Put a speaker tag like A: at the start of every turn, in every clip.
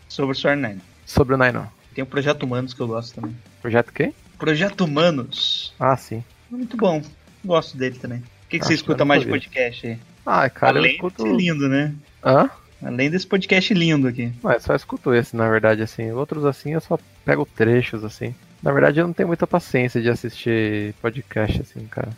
A: Sobre o Sword Nine.
B: Sobre o Nainon.
A: Tem o Projeto Humanos que eu gosto também.
B: Projeto quem?
A: Projeto Humanos.
B: Ah, sim.
A: Muito bom. Gosto dele também. O que, que você
B: Ah,
A: escuta
B: cara,
A: mais de
B: nunca vi.
A: podcast aí?
B: Ah, cara,
A: Além
B: eu escuto.
A: desse lindo, né?
B: Hã?
A: Além desse podcast lindo aqui.
B: Não, eu só escuto esse, na verdade, assim. Outros assim eu só pego trechos, assim. Na verdade, eu não tenho muita paciência de assistir podcast, assim, cara.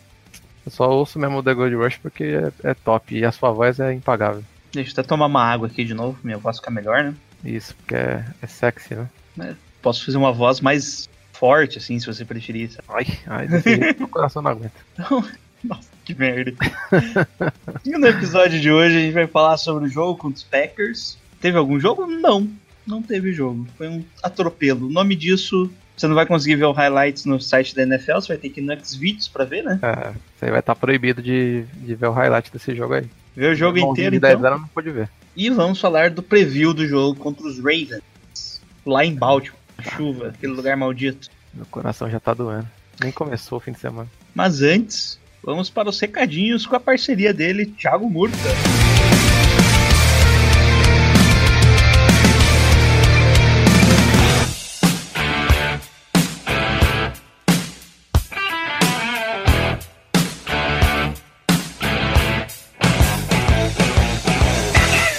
B: Eu só ouço mesmo o The Gold Rush porque é, é top e a sua voz é impagável.
A: Deixa eu até tomar uma água aqui de novo, minha voz ficar melhor, né?
B: Isso, porque é, é sexy, né?
A: Posso fazer uma voz mais forte, assim, se você preferir. sabe?
B: Ai, ai, desse jeito, meu coração não aguenta.
A: Nossa, que merda. e no episódio de hoje a gente vai falar sobre o jogo contra os Packers. Teve algum jogo? Não, não teve jogo. Foi um atropelo. O nome disso, você não vai conseguir ver o highlights no site da NFL, você vai ter que ir no Xvideos pra ver, né?
B: É, você vai estar proibido de, de ver o highlight desse jogo aí.
A: Ver o jogo
B: Irmãozinho
A: inteiro,
B: de
A: então.
B: 10 anos não pode ver.
A: E vamos falar do preview do jogo contra os Ravens. Lá em Baltimore, na chuva, aquele lugar maldito.
B: Meu coração já tá doendo. Nem começou o fim de semana.
A: Mas antes, vamos para os recadinhos com a parceria dele, Thiago Murta.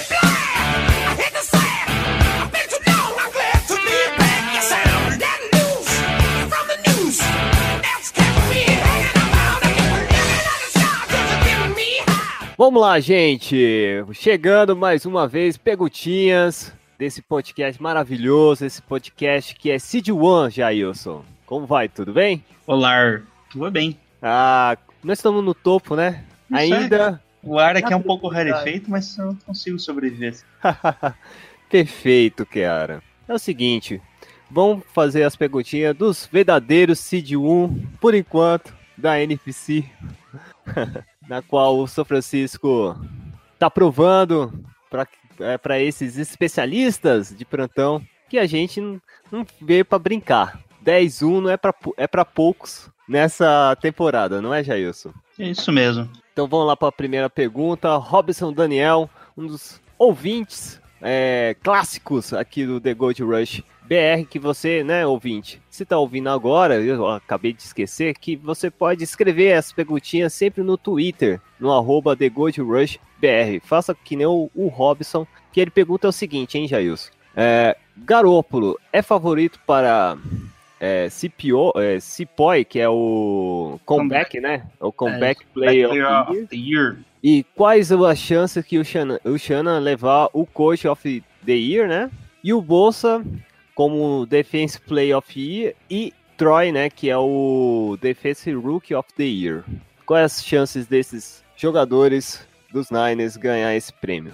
C: Hit the sand. I bet you know I'm glad to be back. Yes, I'm that news from the news. That's kept me hanging around and living on the side 'cause it's giving me high.
D: Vamos lá, gente! Chegando mais uma vez, pegutinhas desse podcast maravilhoso, esse podcast que é Cid One, Jailson. Como vai? Tudo bem?
A: Olá, tudo bem?
D: Ah, nós estamos no topo, né?
A: Isso é.
D: Ainda.
A: O ar aqui é um pouco rarefeito, mas eu não consigo sobreviver.
D: Perfeito, cara. É o seguinte, vamos fazer as perguntinhas dos verdadeiros Cid 1, por enquanto, da NFC, na qual o São Francisco tá provando para esses especialistas de plantão que a gente não, não veio para brincar. 10-1 não é para é pra poucos nessa temporada, não é, Jailson?
A: É isso mesmo.
D: Então vamos lá para a primeira pergunta. Robson Daniel, um dos ouvintes é, clássicos aqui do The Gold Rush BR, que você, né, ouvinte, se está ouvindo agora, eu acabei de esquecer, que você pode escrever as perguntinhas sempre no Twitter, no arroba The Gold Rush BR. Faça que nem o, o Robson, que ele pergunta o seguinte, hein, Jailson? É, Garópolo é favorito para é, CPO, é, Cipoi, que é o comeback, né? O comeback
A: É.
D: player of the year.
A: the Year.
D: E quais são as chances que o Xana, o Xana levar o Coach of the Year, né? E o Bolsa como Defense Play of the Year e Troy, né, que é o Defense Rookie of the Year. Quais as chances desses jogadores dos Niners ganhar esse prêmio?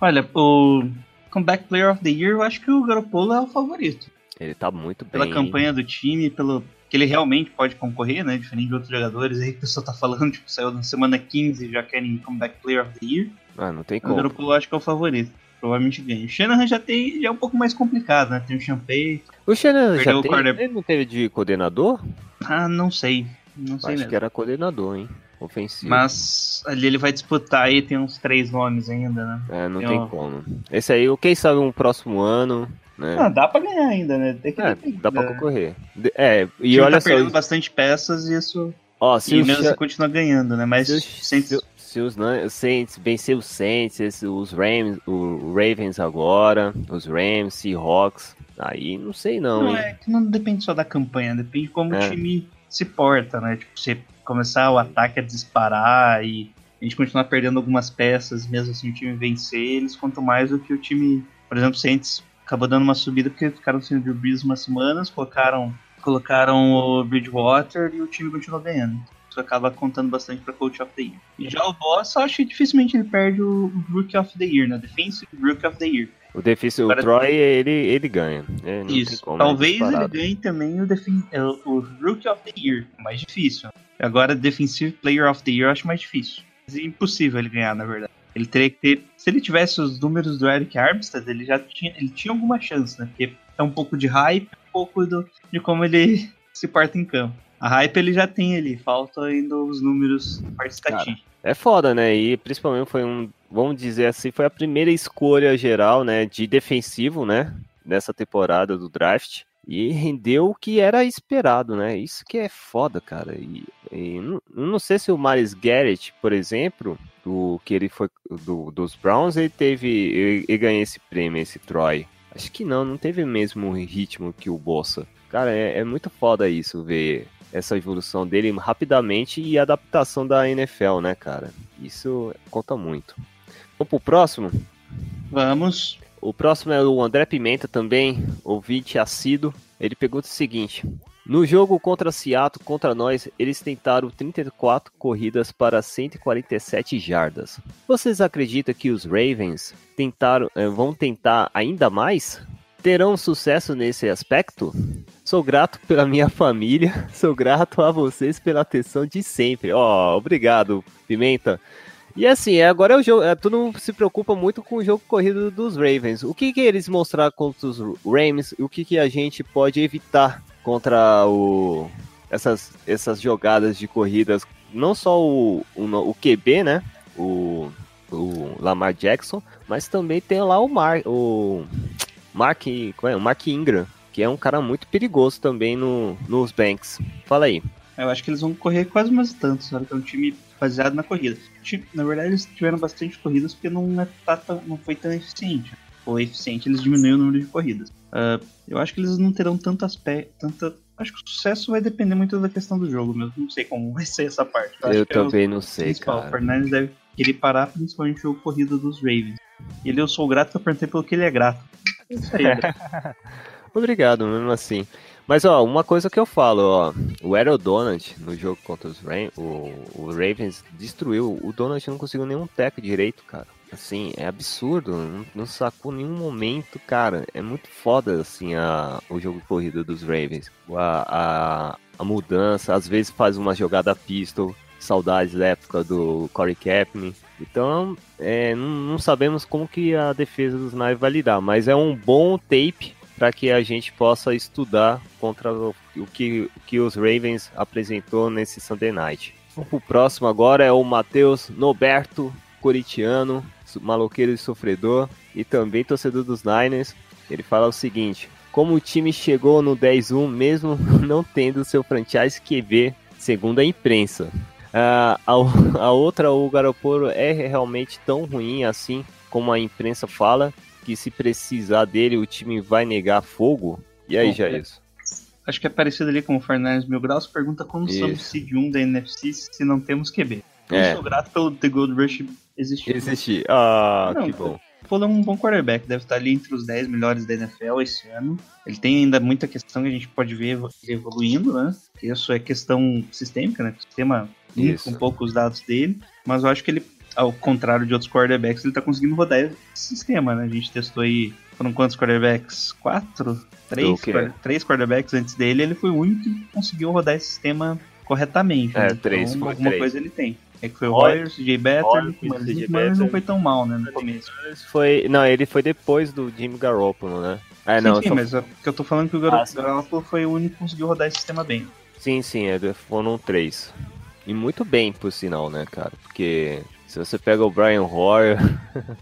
A: Olha, o Comeback Player of the Year, eu acho que o Garoppolo é o favorito.
D: Ele tá muito bem.
A: Pela campanha do time, pelo que ele realmente pode concorrer, né? Diferente de outros jogadores aí que o pessoal tá falando, tipo, saiu na semana 15 e já querem Comeback Player of the Year.
D: Ah, não tem
A: O
D: como.
A: Garoppolo eu acho que é o favorito. Provavelmente ganha. O Shanahan já, tem, já é um pouco mais complicado, né? Tem o Champagne.
D: O Xana já
A: Perdeu o
D: tem,
A: quarter-
D: ele não teve de coordenador?
A: Ah, não sei. Não sei
D: Acho
A: mesmo.
D: que é era coordenador, hein? Ofensivo.
A: né? Mas ali ele vai disputar aí, tem uns três nomes ainda, né?
D: É, não
A: Eu-
D: tem como. Esse aí, quem sabe um próximo ano, né?
A: Ah, dá pra ganhar ainda, né? Tem que
D: É,
A: tem que-
D: dá pra concorrer. De- É,
A: O
D: e
A: time
D: olha
A: tá perdendo
D: só,
A: bastante peças e isso.
D: ó, se
A: e
D: os,
A: mesmo se continuar ganhando, né? Mas
D: se os,
A: sem-
D: se, se os Nan- Saints vencer os Saints, esse- os Rams, o Ravens agora, os Rams, Seahawks, aí não sei não,
A: não
D: hein?
A: é que não depende só da campanha, depende como
D: É.
A: o time se porta, né? Tipo, se começar o ataque a disparar e a gente continuar perdendo algumas peças, mesmo assim o time vencer eles, quanto mais do que o time, por exemplo, Saints acabou dando uma subida porque ficaram sem o Drew Brees umas semanas, colocaram, colocaram o Bridgewater e o time continuou ganhando. Isso acaba contando bastante para Coach of the Year. E já o Boss, eu acho que dificilmente ele perde o Rookie of the Year, né? Defensive Rookie of the Year.
D: O difícil, o
A: Agora-
D: Troy, ele, ele ganha. né? Não tem
A: Isso.
D: como, né?
A: Talvez ele
D: Disparado.
A: ganhe também o, defin- é, o Rookie of the Year, mais difícil. Agora, Defensive Player of the Year eu acho mais difícil. Mas é impossível ele ganhar, na verdade. Ele teria que ter. Se ele tivesse os números do Eric Armstead, ele já tinha, ele tinha alguma chance, né? Porque é um pouco de hype, um pouco do- de como ele se porta em campo. A hype ele já tem ali, falta ainda os números participativos.
D: É foda, né? E principalmente foi um, vamos dizer assim, foi a primeira escolha geral, né, de defensivo, né, nessa temporada do draft. E rendeu o que era esperado, né? Isso que é foda, cara. E, e não, não sei se o Miles Garrett, por exemplo, do que ele foi do, dos Browns, ele teve ele, ele ganhou esse prêmio, esse Troy. Acho que não, não teve o mesmo ritmo que o Bossa. Cara, é- é muito foda isso ver essa evolução dele rapidamente e a adaptação da NFL, né, cara? Isso conta muito. Vamos pro próximo?
A: Vamos.
D: O próximo é o André Pimenta também, ouvinte assíduo. Ele pergunta o seguinte: No jogo contra Seattle, contra nós, eles tentaram 34 corridas para 147 jardas. Vocês acreditam que os Ravens tentaram, eh, vão tentar ainda mais? Terão sucesso nesse aspecto? Sou grato pela minha família, sou grato a vocês pela atenção de sempre. Ó, obrigado, Pimenta. E assim, é, agora é o jogo. é, tu não se preocupa muito com o jogo corrido dos Ravens. O que, que eles mostraram contra os Rams? O que, que a gente pode evitar contra o, essas, essas jogadas de corridas? Não só o, o, no- o QB, né? O, o Lamar Jackson, mas também tem lá o, Mar, o Mark, qual é? o Mark Ingram, que é um cara muito perigoso também no, nos Banks. Fala aí.
A: Eu acho que eles vão correr quase mais tantos, sabe? Que é um time baseado na corrida. Ti- Na verdade, eles tiveram bastante corridas porque não, é tá tão- não foi tão eficiente. Foi eficiente, eles diminuíram o número de corridas. Ah, eu acho que eles não terão tanto aspecto. Tanta... Acho que o sucesso vai depender muito da questão do jogo mesmo. Não sei como vai ser essa parte.
D: Eu,
A: acho que é o
D: também não sei,
A: principal. O
D: cara.
A: Fernandes deve querer parar principalmente o jogo corrida dos Ravens. E Ele, eu sou grato, que eu perguntei pelo que ele é grato. É Isso aí, André.
D: Obrigado, mesmo assim. Mas, ó, uma coisa que eu falo, ó. O Arrow Donald, no jogo contra os Ra o, o Ravens, destruiu. O Donald não conseguiu nenhum teco direito, cara. Assim, é absurdo. Não, não sacou nenhum momento, cara. É muito foda, assim, a, o jogo de corrida dos Ravens. A, a, a mudança, às vezes faz uma jogada pistol. Saudades da época do Corey Kaepernick. Então, é, não, não sabemos como que a defesa dos Nike vai lidar, mas é um bom tape para que a gente possa estudar contra o, o que, o que os Ravens apresentou nesse Sunday Night. Vamos pro próximo agora é o Matheus Noberto, coritiano, su- maloqueiro e sofredor e também torcedor dos Niners. Ele fala o seguinte: como o time chegou no 10-1 mesmo não tendo seu franchise QB, segundo a imprensa. Ah, a, o- a outra, o Garoporo é realmente tão ruim assim como a imprensa fala, que se precisar dele o time vai negar fogo? E aí,
A: Bom,
D: já isso.
A: Acho que é parecido ali com o Fernandes Mil Graus. Pergunta como
D: Isso.
A: somos seed 1 da NFC se não temos QB. Eu
D: É,
A: sou grato pelo The Gold Rush existir.
D: existe. Ah,
A: Não,
D: que bom.
A: Fuller é um bom quarterback, deve estar ali entre os 10 melhores da NFL esse ano. Ele tem ainda muita questão que a gente pode ver evo- ele evoluindo, né? Isso é questão sistêmica, né? O sistema limpa
D: Isso.
A: um pouco os dados dele, mas eu acho que ele, ao contrário de outros quarterbacks, ele tá conseguindo rodar esse sistema, né? A gente testou aí, foram quantos quarterbacks? Quatro? Três?
D: quê?
A: Quar- Três quarterbacks antes dele, ele foi o único que conseguiu rodar esse sistema corretamente.
D: É,
A: né?
D: três,
A: então,
D: foi
A: alguma
D: três.
A: coisa ele tem. É que foi o
D: Olha-
A: Hoyer, o CJ Better,
D: Olha,
A: mas o
D: CJ
A: Myers não
D: Beathard.
A: foi tão mal, né, no começo.
D: Foi, não, ele foi depois do Jimmy Garoppolo, né? É,
A: sim,
D: não,
A: sim,
D: só-
A: mas o que eu tô falando é que o
D: Ah,
A: Garo-
D: sim.
A: Garoppolo foi o único que conseguiu rodar esse sistema bem.
D: sim, sim, é, foram três. E muito bem, por sinal, né, cara? Porque se você pega o Brian Hoyer,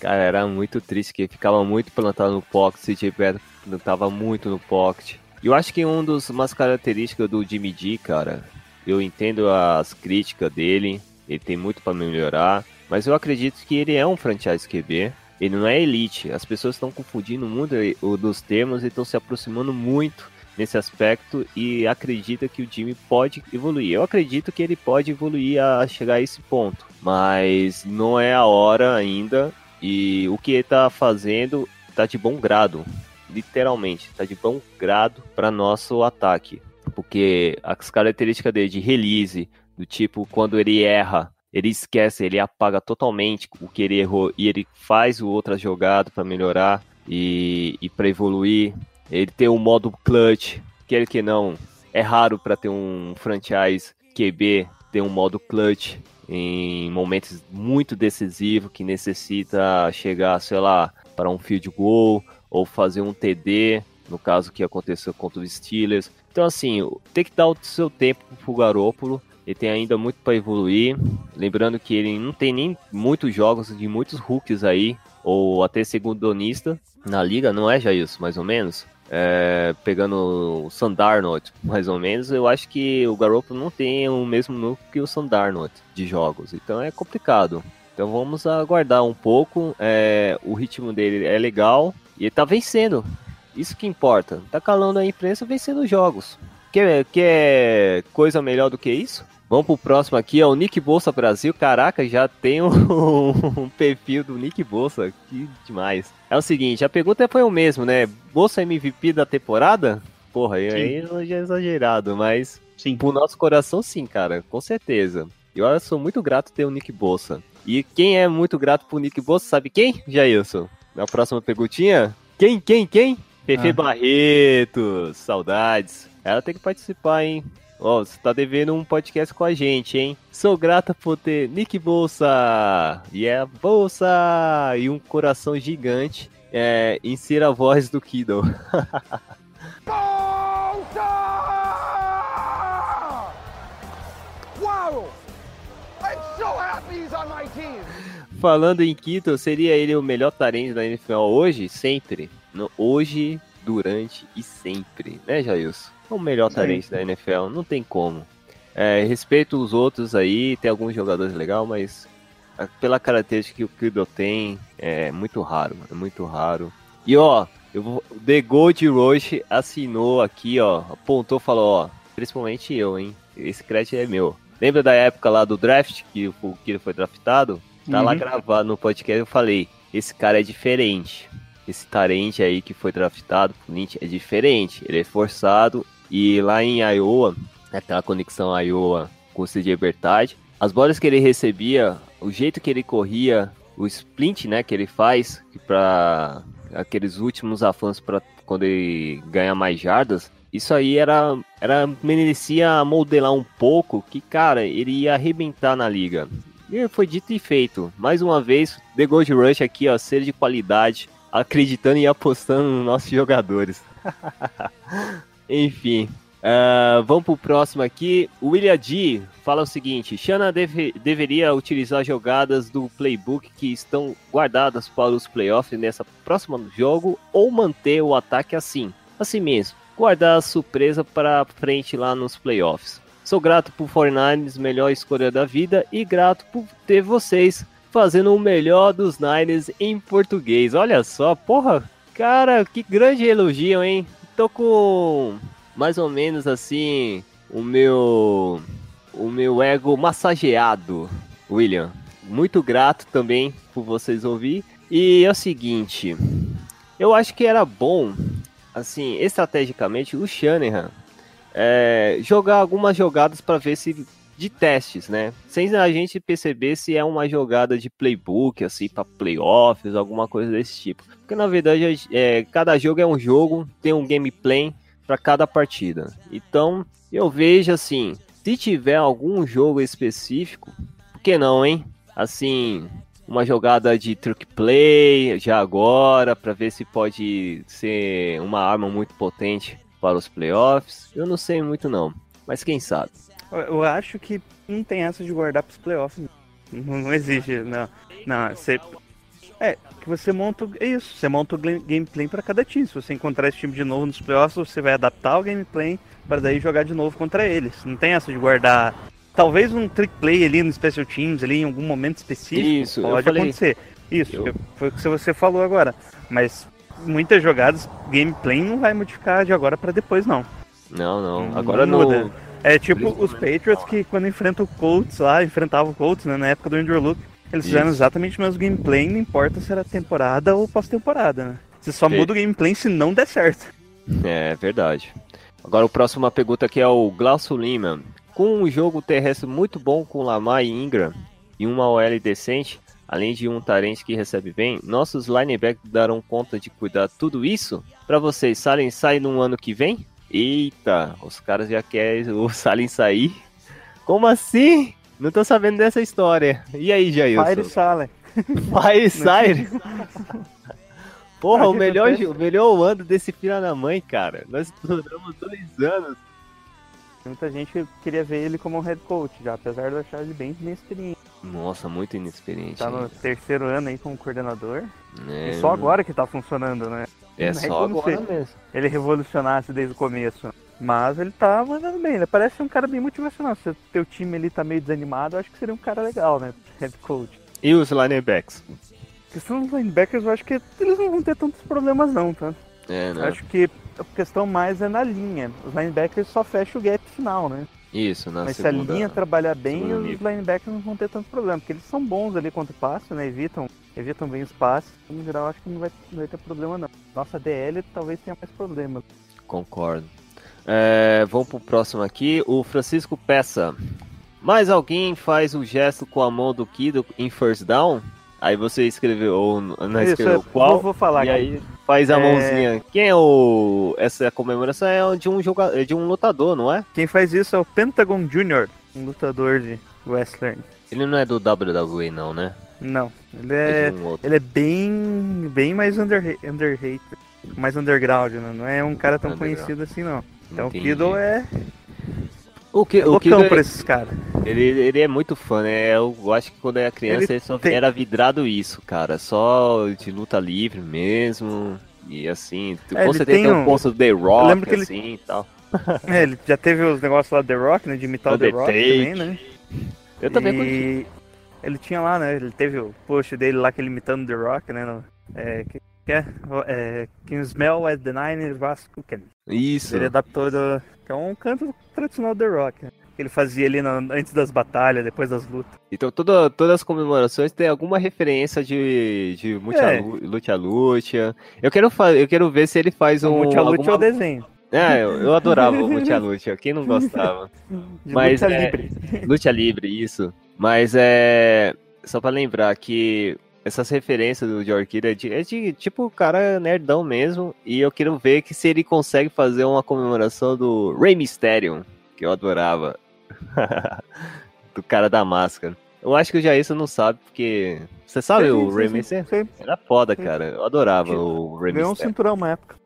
D: cara, era muito triste que ele ficava muito plantado no pocket, CJ Beathard plantava muito no pocket. E eu acho que um dos umas características do Jimmy D, cara, eu entendo as críticas dele, ele tem muito pra melhorar, mas eu acredito que ele é um franchise QB. Ele não é elite. As pessoas estão confundindo muito o- dos termos e estão se aproximando muito nesse aspecto e acredita que o Jimmy pode evoluir. Eu acredito que ele pode evoluir a chegar a esse ponto, mas não é a hora ainda e o que ele tá fazendo tá de bom grado, literalmente, tá de bom grado para nosso ataque, porque as características dele de release, do tipo quando ele erra, ele esquece, ele apaga totalmente o que ele errou e ele faz o outra jogada para melhorar e, e para evoluir. Ele tem um modo clutch, quer que não, é raro para ter um franchise QB ter um modo clutch em momentos muito decisivos que necessita chegar, sei lá, para um field goal ou fazer um TD, no caso que aconteceu contra os Steelers. Então assim, tem que dar o seu tempo pro Garópolo. Ele tem ainda muito para evoluir. Lembrando que ele não tem nem muitos jogos de muitos rookies aí, ou até segundonista na liga, não é já isso, mais ou menos? É, pegando o Sandarnold, mais ou menos, eu acho que o Garoppolo não tem o mesmo núcleo que o Sandarnold de jogos, então é complicado. Então vamos aguardar um pouco. é, o ritmo dele é legal e ele tá vencendo. Isso que importa. Tá calando a imprensa vencendo os jogos. Quer, quer coisa melhor do que isso? Vamos pro próximo aqui, é o Nick Bolsa Brasil. Caraca, já tem um, um perfil do Nick Bolsa. Que demais. É o seguinte, a pergunta foi o mesmo, né? Bolsa MVP da temporada? Porra, aí- aí já é exagerado, mas
A: Sim.
D: pro nosso coração sim, cara, com certeza. E Eu sou muito grato ter o Nick Bolsa. E quem é muito grato pro Nick Bolsa, sabe quem? Jailson. Na próxima perguntinha, quem, quem, quem? Fefe
A: Ah.
D: Barreto, saudades. Ela tem que participar, hein? Ó, você tá devendo um podcast com a gente, hein? Sou grata por ter Nick Bolsa e é a Bolsa e um coração gigante é, em ser a voz do Kiddle.
E: Wow! I'm so happy he's on my team!
D: Falando em Kittle, seria ele o melhor tarente da NFL hoje? Sempre? No- hoje, durante e sempre, né, Jailson? É o melhor tarente da NFL, não tem como. É, respeito os outros aí, tem alguns jogadores legais, mas a- pela característica que o Kittle tem, é muito raro, é muito raro. E ó, eu vou, The Gold Rush assinou aqui, ó, apontou, falou, ó, principalmente eu, hein? Esse crédito é meu. Lembra da época lá do draft que o Kittle foi draftado? Tá lá
A: Uhum.
D: gravado no podcast, eu falei, esse cara é diferente. Esse tarente aí que foi draftado pro Lynch é diferente. Ele é forçado. E lá em Iowa, aquela conexão Iowa com o CJ Bertade, as bolas que ele recebia, o jeito que ele corria, o splint, né, que ele faz para aqueles últimos avanços para quando ele ganha mais jardas, isso aí era era merecia modelar um pouco que cara, ele ia arrebentar na liga. E foi dito e feito. Mais uma vez, The Gold Rush aqui, ó, ser de qualidade, acreditando e apostando nos nossos jogadores. Enfim, ah, vamos pro próximo aqui. O William D fala o seguinte: Shana deve- deveria utilizar jogadas do playbook que estão guardadas para os playoffs nessa próxima jogo ou manter o ataque assim, assim mesmo, guardar a surpresa para frente lá nos playoffs. Sou grato por Fortnite, melhor escolha da vida, e grato por ter vocês fazendo o melhor dos Niners em português. Olha só, porra, cara, que grande elogio, hein? Tô com mais ou menos assim o meu o meu ego massageado, William. Muito grato também por vocês ouvir. E é o seguinte, eu acho que era bom, assim, estrategicamente, o Shanahan é, jogar algumas jogadas para ver se de testes, né? Sem a gente perceber se é uma jogada de playbook, assim, para playoffs, alguma coisa desse tipo. Porque na verdade é, cada jogo é um jogo, tem um gameplay para cada partida. Então eu vejo assim, se tiver algum jogo específico, por que não, hein? Assim, uma jogada de trick play já agora, para ver se pode ser uma arma muito potente para os playoffs. Eu não sei muito não, mas quem sabe.
F: Eu- Eu acho que não tem essa de guardar pros playoffs. Não, não existe, não. Não, você. É, que você monta. o- É isso, você monta o gla- gameplay pra cada time. Se você encontrar esse time de novo nos playoffs, você vai adaptar o gameplay pra daí jogar de novo contra eles. Não tem essa de guardar. Talvez um trick play ali no Special Teams, ali em algum momento específico.
D: Isso, eu
F: pode
D: falei-
F: acontecer. Isso,
D: eu-
F: foi o que você falou agora. Mas
A: muitas jogadas, gameplay não vai modificar de agora pra depois, não.
D: Não, não.
A: Não
D: Agora
A: muda.
D: não.
A: É tipo os Patriots que quando enfrentam o Colts lá, enfrentavam o Colts, né, na época do Andrew Luck, eles fizeram
D: Isso.
A: exatamente o mesmo gameplay, não importa se era temporada ou pós-temporada, né. Você só
D: Perfeito.
A: muda o gameplay se não der certo.
D: É verdade. Agora o próximo pergunta aqui é o Glaucio Lima. Com um jogo terrestre muito bom com Lamar e Ingram e uma OL decente, além de um Tarente que recebe bem, nossos linebackers darão conta de cuidar tudo isso? Pra vocês, Salem sai no ano que vem? Eita, os caras já querem o Salem sair? Como assim? Não tô sabendo dessa história. E aí,
A: Fire
D: Jailson?
A: Sala.
D: Fire Sire. Porra, o melhor,
A: Acontece.
D: o melhor ano desse filho da mãe, cara. Nós duramos dois anos.
A: Muita gente queria ver ele como um head coach já, apesar de eu achar ele bem inexperiente.
D: Nossa, muito inexperiente.
A: Tá no terceiro ano aí como coordenador.
D: É,
A: E só agora que tá funcionando, né?
D: É
A: não é
D: só
A: como
D: agora
A: se-
D: mesmo.
A: Ele revolucionasse desde o começo. Mas ele tá mandando bem, ele parece um cara bem motivacional. Se o teu time ali tá meio desanimado, eu acho que seria um cara legal, né? Head coach.
D: E os linebacks?
A: Questão dos linebackers, eu acho que eles não vão ter tantos problemas não, tá?
D: É,
A: Eu
D: né?
A: Acho que a questão mais é na linha. Os linebackers só fecham o gap final, né?
D: Isso, na
A: Mas se
D: segunda.
A: a linha trabalhar bem,
D: segundo
A: os
D: nível.
A: linebackers não vão ter tanto problema, porque eles são bons ali contra o passe, né? Evitam, evitam bem os passes. No geral, acho que não vai, não vai ter problema, não. Nossa DL talvez tenha mais problema.
D: Concordo. É, vamos pro próximo aqui. O Francisco Peça. Mais alguém faz o gesto com a mão do Kido em first down? Aí você escreveu, ou não escreveu
A: eu
D: qual?
A: Vou, vou falar
D: E
A: aqui.
D: aí faz a
A: É.
D: mãozinha. Quem é o. Essa comemoração é de um jogador, de um lutador, não é?
A: Quem faz isso é o Pentagon Jr., um lutador de wrestling.
D: Ele não é do WWE, não, né?
A: Não, ele
D: É
A: é,
D: de um outro.
A: ele é bem, bem mais under, underrated, mais underground, né? Não é um cara tão
D: Underground.
A: conhecido assim, não. Então
D: Entendi.
A: o Kido é
D: O, que, o Kido, é-
A: loucão pra
D: ele,
A: esses caras.
D: ele, ele é muito fã, né? Eu acho que quando era criança ele,
A: Ele
D: só
A: tem-
D: era vidrado isso, cara. Só de luta livre mesmo. E assim, tu-
A: É,
D: com
A: ele
D: certeza
A: tem
D: tem um
A: um-
D: posto do The Rock,
A: lembro que ele-
D: assim e tal.
A: É, ele já teve os negócios lá do The Rock, né? De imitar o The Rock também, né?
D: Eu também curti.
A: e... Ele tinha lá, né? Ele teve o post dele lá, que ele imitando The Rock, né? No, é, que, que é, é, Can you smell at the nine Vasco Cooking.
D: Isso.
A: Ele é adaptou do, que é um canto tradicional do The Rock, né? Que ele fazia ali na- antes das batalhas, depois das lutas.
D: Então toda, todas as comemorações tem alguma referência de, de
A: É.
D: Lucha Lucha. Eu quero, fa- eu quero ver se ele faz
A: O
D: um.
A: Mucha Lucha é o
D: alguma-
A: desenho.
D: É, eu, eu adorava o Lucha Lucha, quem não gostava?
A: De
D: Mas
A: luta
D: é-
A: livre.
D: Lucha Livre, isso. Mas é. Só pra lembrar que essas referências do Jorkid é de, é de tipo o cara nerdão mesmo. E eu quero ver que se ele consegue fazer uma comemoração do Rey Mysterio, que eu adorava. do cara da máscara. Eu acho que o Jairson não sabe, porque. Você sabe o Rey Mysterio?
A: Sim, sim.
D: Era foda, cara. Eu adorava o Rey
A: Ganhou um
D: Mysterio.
A: cinturão uma época.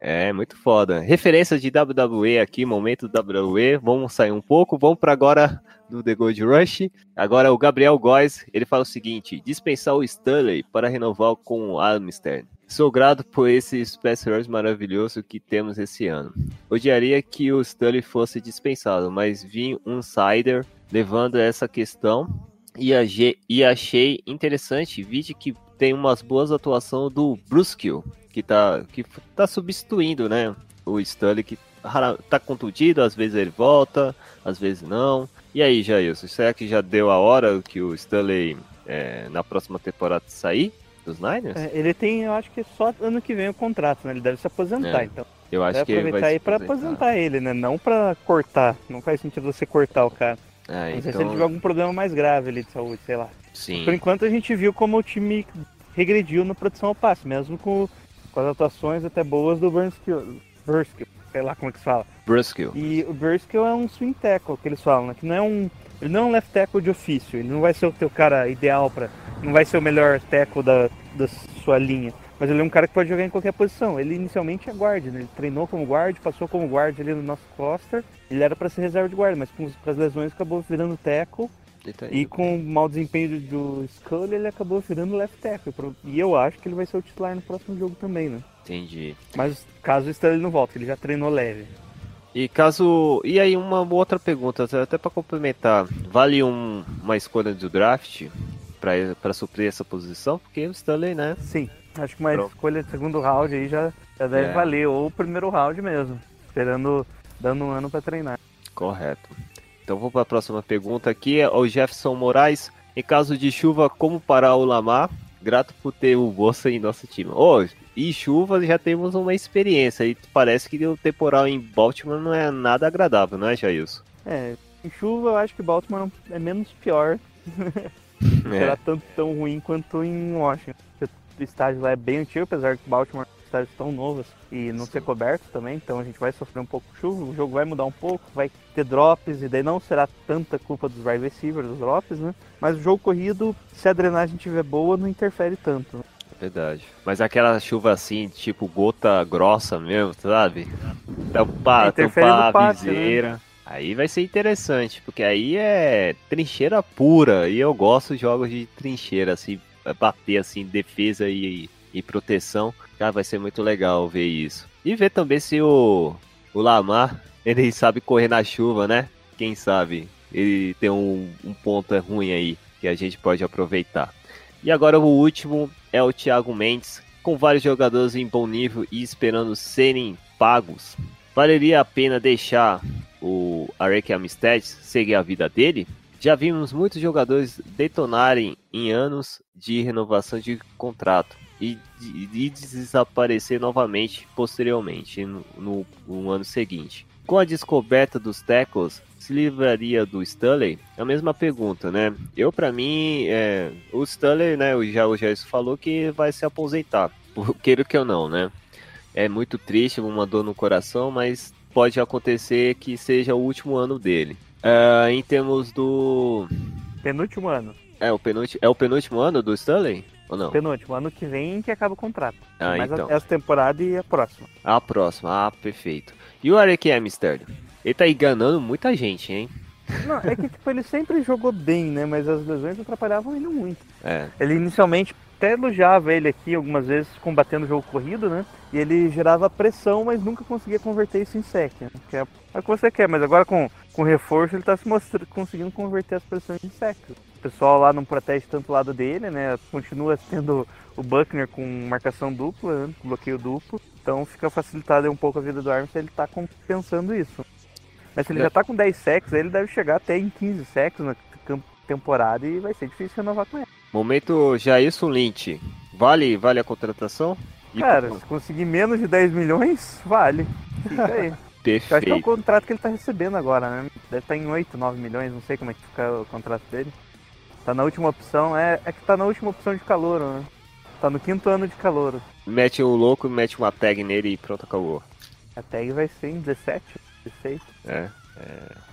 D: É, muito foda. Referência de WWE aqui, momento WWE. Vamos sair um pouco, vamos para agora do The Gold Rush. Agora o Gabriel Góes, ele fala o seguinte: dispensar o Stanley para renovar com o Armstead. Sou grato por esse Space Wars maravilhoso que temos esse ano. Odiaria que o Stanley fosse dispensado, mas vi um Sider levando essa questão e, age- e achei interessante. Vide que tem umas boas atuações do Bruskill que tá, que f- tá substituindo, né? O Stanley que rara- tá contundido, às vezes ele volta, às vezes não. E aí, Jailson, será que já deu a hora que o Stanley é, na próxima temporada sair dos Niners?
A: É, ele tem, eu acho que só ano que vem o contrato, né? Ele deve se aposentar,
D: É.
A: então.
D: Eu acho
A: Vai
D: que ele
A: aproveitar
D: vai se
A: aí pra aposentar ele, né? Não pra cortar. Não faz sentido você cortar o cara.
D: É,
A: Não sei se ele tiver
D: então,
A: algum problema mais grave ali de saúde, sei lá.
D: sim.
A: Por enquanto a gente viu como o time regrediu na produção ao passe, mesmo com, com as atuações até boas do Burnskill. Burnskill, sei lá como é que se fala.
D: Bruskill.
A: E o Burnskill é um swing tackle que eles falam, né? Que não é um. Ele não é um left tackle de ofício, ele não vai ser o teu cara ideal pra. Não vai ser o melhor tackle da, da sua linha. Mas ele é um cara que pode jogar em qualquer posição. Ele inicialmente é guarda, né? Ele treinou como guarda, passou como guarda ali no nosso roster. Ele era pra ser reserva de guarda, mas com com as lesões acabou virando tackle.
D: Ele tá aí.
A: E com o mau desempenho do do Scully, ele acabou virando left tackle. Pro- E eu acho que ele vai ser o titular no próximo jogo também, né?
D: Entendi.
A: Mas caso o Stanley não volte, ele já treinou leve.
D: E caso. E aí, uma outra pergunta, até pra complementar. Vale um- uma escolha do draft pra pra suprir essa posição? Porque o Stanley, né?
A: Sim. Acho que uma
G: Pronto.
A: escolha de segundo round aí já, já deve
D: É.
A: valer, ou o primeiro round mesmo. Esperando, dando um ano pra treinar.
D: Correto. Então vou para a próxima pergunta aqui. É o Jefferson Moraes. Em caso de chuva, como parar o Lamar? Grato por ter o Bolsa em nosso time. Ô, e chuva já temos uma experiência. E parece que o temporal em Baltimore não é nada agradável, não é, Jailson?
A: É, em chuva eu acho que Baltimore não- é menos pior, será
D: É,
A: tanto tão ruim quanto em Washington. Porque O estádio lá é bem antigo, apesar que Baltimore é um estádio tão novo assim, e não ser coberto também, então a gente vai sofrer um pouco de chuva, o jogo vai mudar um pouco, vai ter drops, e daí não será tanta culpa dos wide receivers, dos drops, né? Mas o jogo corrido, se a drenagem tiver boa, não interfere tanto. né?
D: verdade. Mas aquela chuva assim, tipo gota grossa mesmo, sabe? Então, Tampar,
A: Interfere
D: tampar
A: no
D: a
A: passe, né?
D: viseira. Aí vai ser interessante, porque aí é trincheira pura, e eu gosto de jogos de trincheira, assim, bater assim, defesa e, e proteção. Cara, vai ser muito legal ver isso. E ver também se o, o Lamar, ele sabe correr na chuva, né? Quem sabe? Ele tem um, um ponto ruim aí, que a gente pode aproveitar. E agora o último é o Thiago Mendes, com vários jogadores em bom nível e esperando serem pagos. Valeria a pena deixar o Arek Amistad seguir a vida dele, já vimos muitos jogadores detonarem em anos de renovação de contrato e, e- e desaparecer novamente posteriormente no, no- no ano seguinte. Com a descoberta dos tackles, se livraria do Stanley? É a mesma pergunta, né? Eu, pra mim, é, o Stanley, né? O já o Jairson falou que vai se aposentar, queiro que eu não, né? É muito triste, uma dor no coração, mas pode acontecer que seja o último ano dele. Ah, em termos do.
A: Penúltimo ano.
D: É o, penúltimo, é o penúltimo ano do Stanley? Ou não?
A: Penúltimo, ano que vem que acaba o contrato.
D: Ah,
A: Mas
D: então.
A: essa temporada e a próxima.
D: A próxima. Ah, perfeito. E o Eric Amsterdam? Ele tá enganando muita gente, hein?
A: Não, é que tipo, ele sempre jogou bem, né? Mas as lesões atrapalhavam ele muito.
D: É,
A: Ele inicialmente até elogiava ele aqui algumas vezes combatendo o jogo corrido, né? E ele gerava pressão, mas nunca conseguia converter isso em sec. Né? Que é o que você quer, mas agora com, com reforço ele tá se mostrando, conseguindo converter as pressões em sec. O pessoal lá não protege tanto o lado dele, né? Continua tendo o Buckner com marcação dupla, né? com bloqueio duplo. Então fica facilitada um pouco a vida do Armstead, ele tá compensando isso. Mas se ele
D: É.
A: já tá com 10 secs, ele deve chegar até em 15 secs na cam- temporada e vai ser difícil renovar com ele.
D: momento Jailson Lynch. Vale, vale a contratação? E-
A: Cara, se conseguir menos de 10 milhões, vale. Fica aí. Eu acho que é o
D: perfeito.
A: contrato que ele tá recebendo agora, né? Deve estar em 8, 9 milhões, não sei como é que fica o contrato dele. Tá na última opção, é, é que tá na última opção de calouro, né? Tá no quinto ano de calouro.
D: Mete o louco, mete uma tag nele e pronto, acabou.
A: A tag vai ser em 17, 16.
D: É,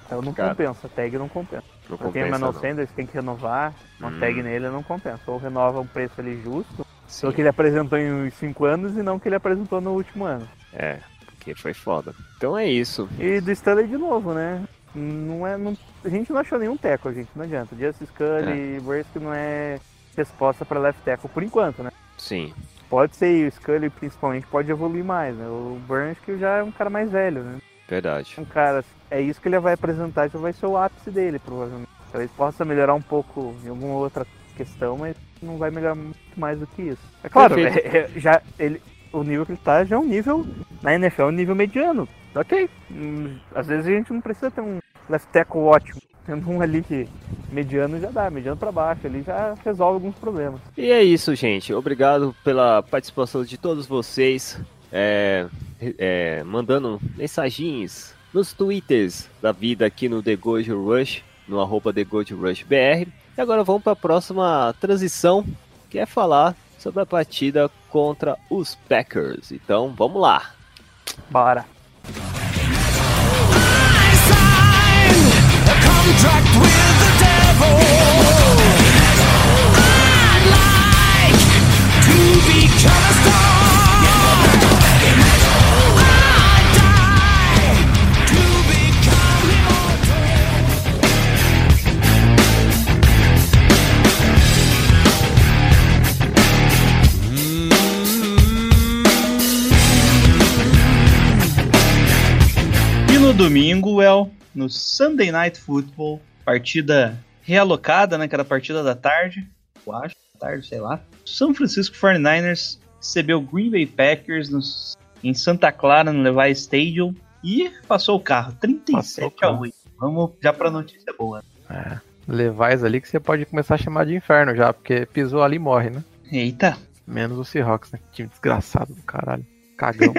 A: Então não
D: Cara.
A: compensa, a tag não compensa.
D: não
A: Pra quem é
D: compensa
A: Manuel
D: não.
A: Sanders, tem que renovar, uma
D: Hum.
A: tag nele não compensa. Ou renova um preço ali justo,
D: Sim,
A: pelo que ele apresentou em 5 anos e não que ele apresentou no último ano.
D: É, porque foi foda. Então é isso.
A: E do Stanley de novo, né? Não é, não- a gente não achou nenhum teco, gente, não adianta. Justice Scully, Bursk não é resposta para left tackle por enquanto, né?
D: Sim,
A: Pode ser, e o Scully principalmente pode evoluir mais, né? O Bursk já é um cara mais velho, né?
D: verdade.
A: Um cara, é isso que ele vai apresentar, já vai ser o ápice dele, provavelmente. Talvez possa melhorar um pouco em alguma outra questão, mas não vai melhorar muito mais do que isso. É claro,
D: Perfeito.
A: é- é- já ele, o nível que ele tá já é um nível, na NFL é um nível mediano. Ok. Hum, Às vezes a gente não precisa ter um left tackle ótimo. Tendo um ali que mediano já dá, mediano pra baixo, ali já resolve alguns problemas.
D: E é isso, gente. Obrigado pela participação de todos vocês. É, é, mandando mensagens nos twitters da vida aqui no The Gold Rush, no arroba The Gold Rush BR. E agora vamos para a próxima transição, que é falar sobre a partida contra os Packers. Então vamos lá.
A: Bora.
H: I signed a contract with the devil. I'd like to become a star. I'd die to become immortal.
I: E no domingo, well, no Sunday Night Football, partida realocada, né? Que era a partida da tarde, eu acho, da tarde, sei lá. São Francisco 49ers
A: recebeu o Green Bay Packers nos- em Santa Clara, no Levi Stadium, e passou o carro, 37
B: Passou o carro.
A: a 8. Vamos já pra notícia boa.
B: Levais ali que você pode começar a chamar de inferno já, porque pisou ali e morre, né?
A: Eita.
B: Menos o Seahawks, né? Que time desgraçado do caralho. Cagão.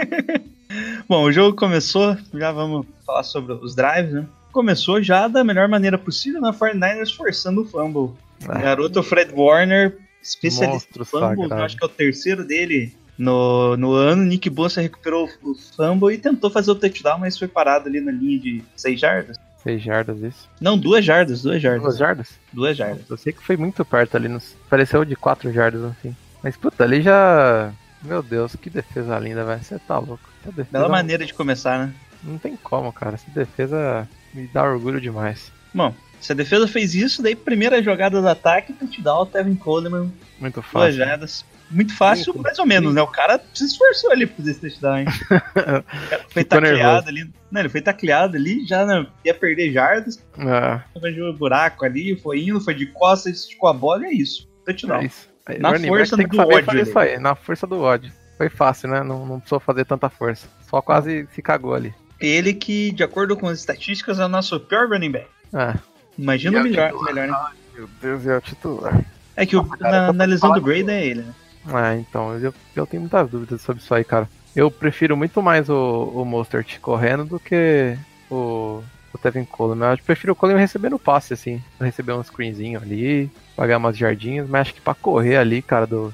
A: Bom, o jogo começou, já vamos falar sobre os drives, né? Começou já da melhor maneira possível na 49ers forçando o fumble.
B: Ah,
A: Garoto Fred Warner, especialista
B: Monstro
A: em fumble,
B: sagrado.
A: eu acho que é o terceiro dele no, no ano. Nick Bossa recuperou o fumble e tentou fazer o touchdown, mas foi parado ali na linha de 6 jardas.
B: Seis jardas isso.
A: Não, duas jardas, duas
B: Duas
A: jardas.
B: jardas?
A: Duas jardas.
B: Eu sei que foi muito perto ali. Nos... Pareceu de quatro jardas, assim. Mas puta, ali já. Meu Deus, que defesa linda, velho. Você tá louco. Essa defesa
A: Bela
B: não-
A: maneira de começar, né?
B: Não tem como, cara. Essa defesa me dá orgulho demais.
A: Bom, se a defesa fez isso, daí primeira jogada do ataque, touchdown, Tevin Coleman,
B: Muito
A: Duas
B: fácil.
A: jardas. Muito fácil,
B: Muito.
A: mais ou menos, né? O cara se esforçou ali pra fazer esse touchdown, hein? O cara foi
B: Ficou
A: tacleado ali. Não, ele foi tacleado ali, já né, ia perder jardas,
B: Ah,
A: arranjou um buraco ali, foi indo, foi de costas, esticou a bola e é isso.
B: é
A: Touchdown.
B: isso. Aí,
A: Na
B: running back
A: força
B: tem que
A: do
B: saber
A: ódio,
B: fazer
A: né?
B: isso aí, na força do ódio. Foi fácil, né? Não, não precisou fazer tanta força. Só quase se cagou ali.
A: Ele que, de acordo com as estatísticas, é o nosso pior running back.
B: Ah,
A: Imagina o
B: E é o
A: melhor,
B: titular.
A: melhor, né?
B: meu Deus, é o titular.
A: É que o,
B: cara,
A: na,
B: eu
A: na lesão do Brady é ele, né?
B: Ah, então, eu, eu tenho muitas dúvidas sobre isso aí, cara. Eu prefiro muito mais o, o Mostert correndo do que o, o Tevin Coleman. Eu prefiro o Coleman recebendo passe, assim. Receber um screenzinho ali, pagar umas jardinhas, mas acho que pra correr ali, cara, do,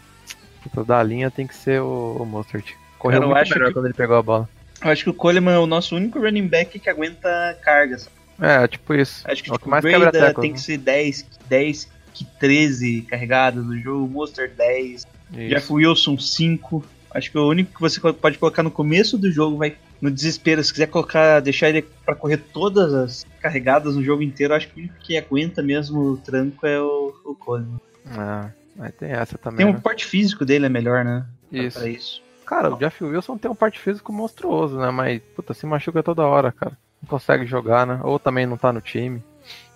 B: puta, da linha tem que ser o, o Mostert. Correu
A: Cara, eu
B: muito
A: acho
B: melhor
A: que-
B: quando ele pegou a bola.
A: Eu acho que o Coleman é o nosso único running back que aguenta cargas.
B: É, tipo isso.
A: Acho que
B: é o
A: tipo,
B: que mais
A: Breda
B: quebra teclas,
A: tem
B: né?
A: que ser 10, 10 que 13 carregadas no jogo, Monster 10,
B: Isso.
A: Jeff Wilson 5. Acho que o único que você pode colocar no começo do jogo vai no desespero, se quiser colocar, deixar ele pra correr todas as carregadas no jogo inteiro, acho que o único que aguenta mesmo o tranco é o, o Coleman.
B: Ah, mas tem essa também,
A: Tem um
B: né?
A: porte físico dele é melhor, né? Pra-
B: Isso.
A: Pra isso.
B: Cara, o Jeff Wilson tem um parte físico monstruoso, né? Mas, puta, se machuca toda hora, cara. Não consegue jogar, né? Ou também não tá no time.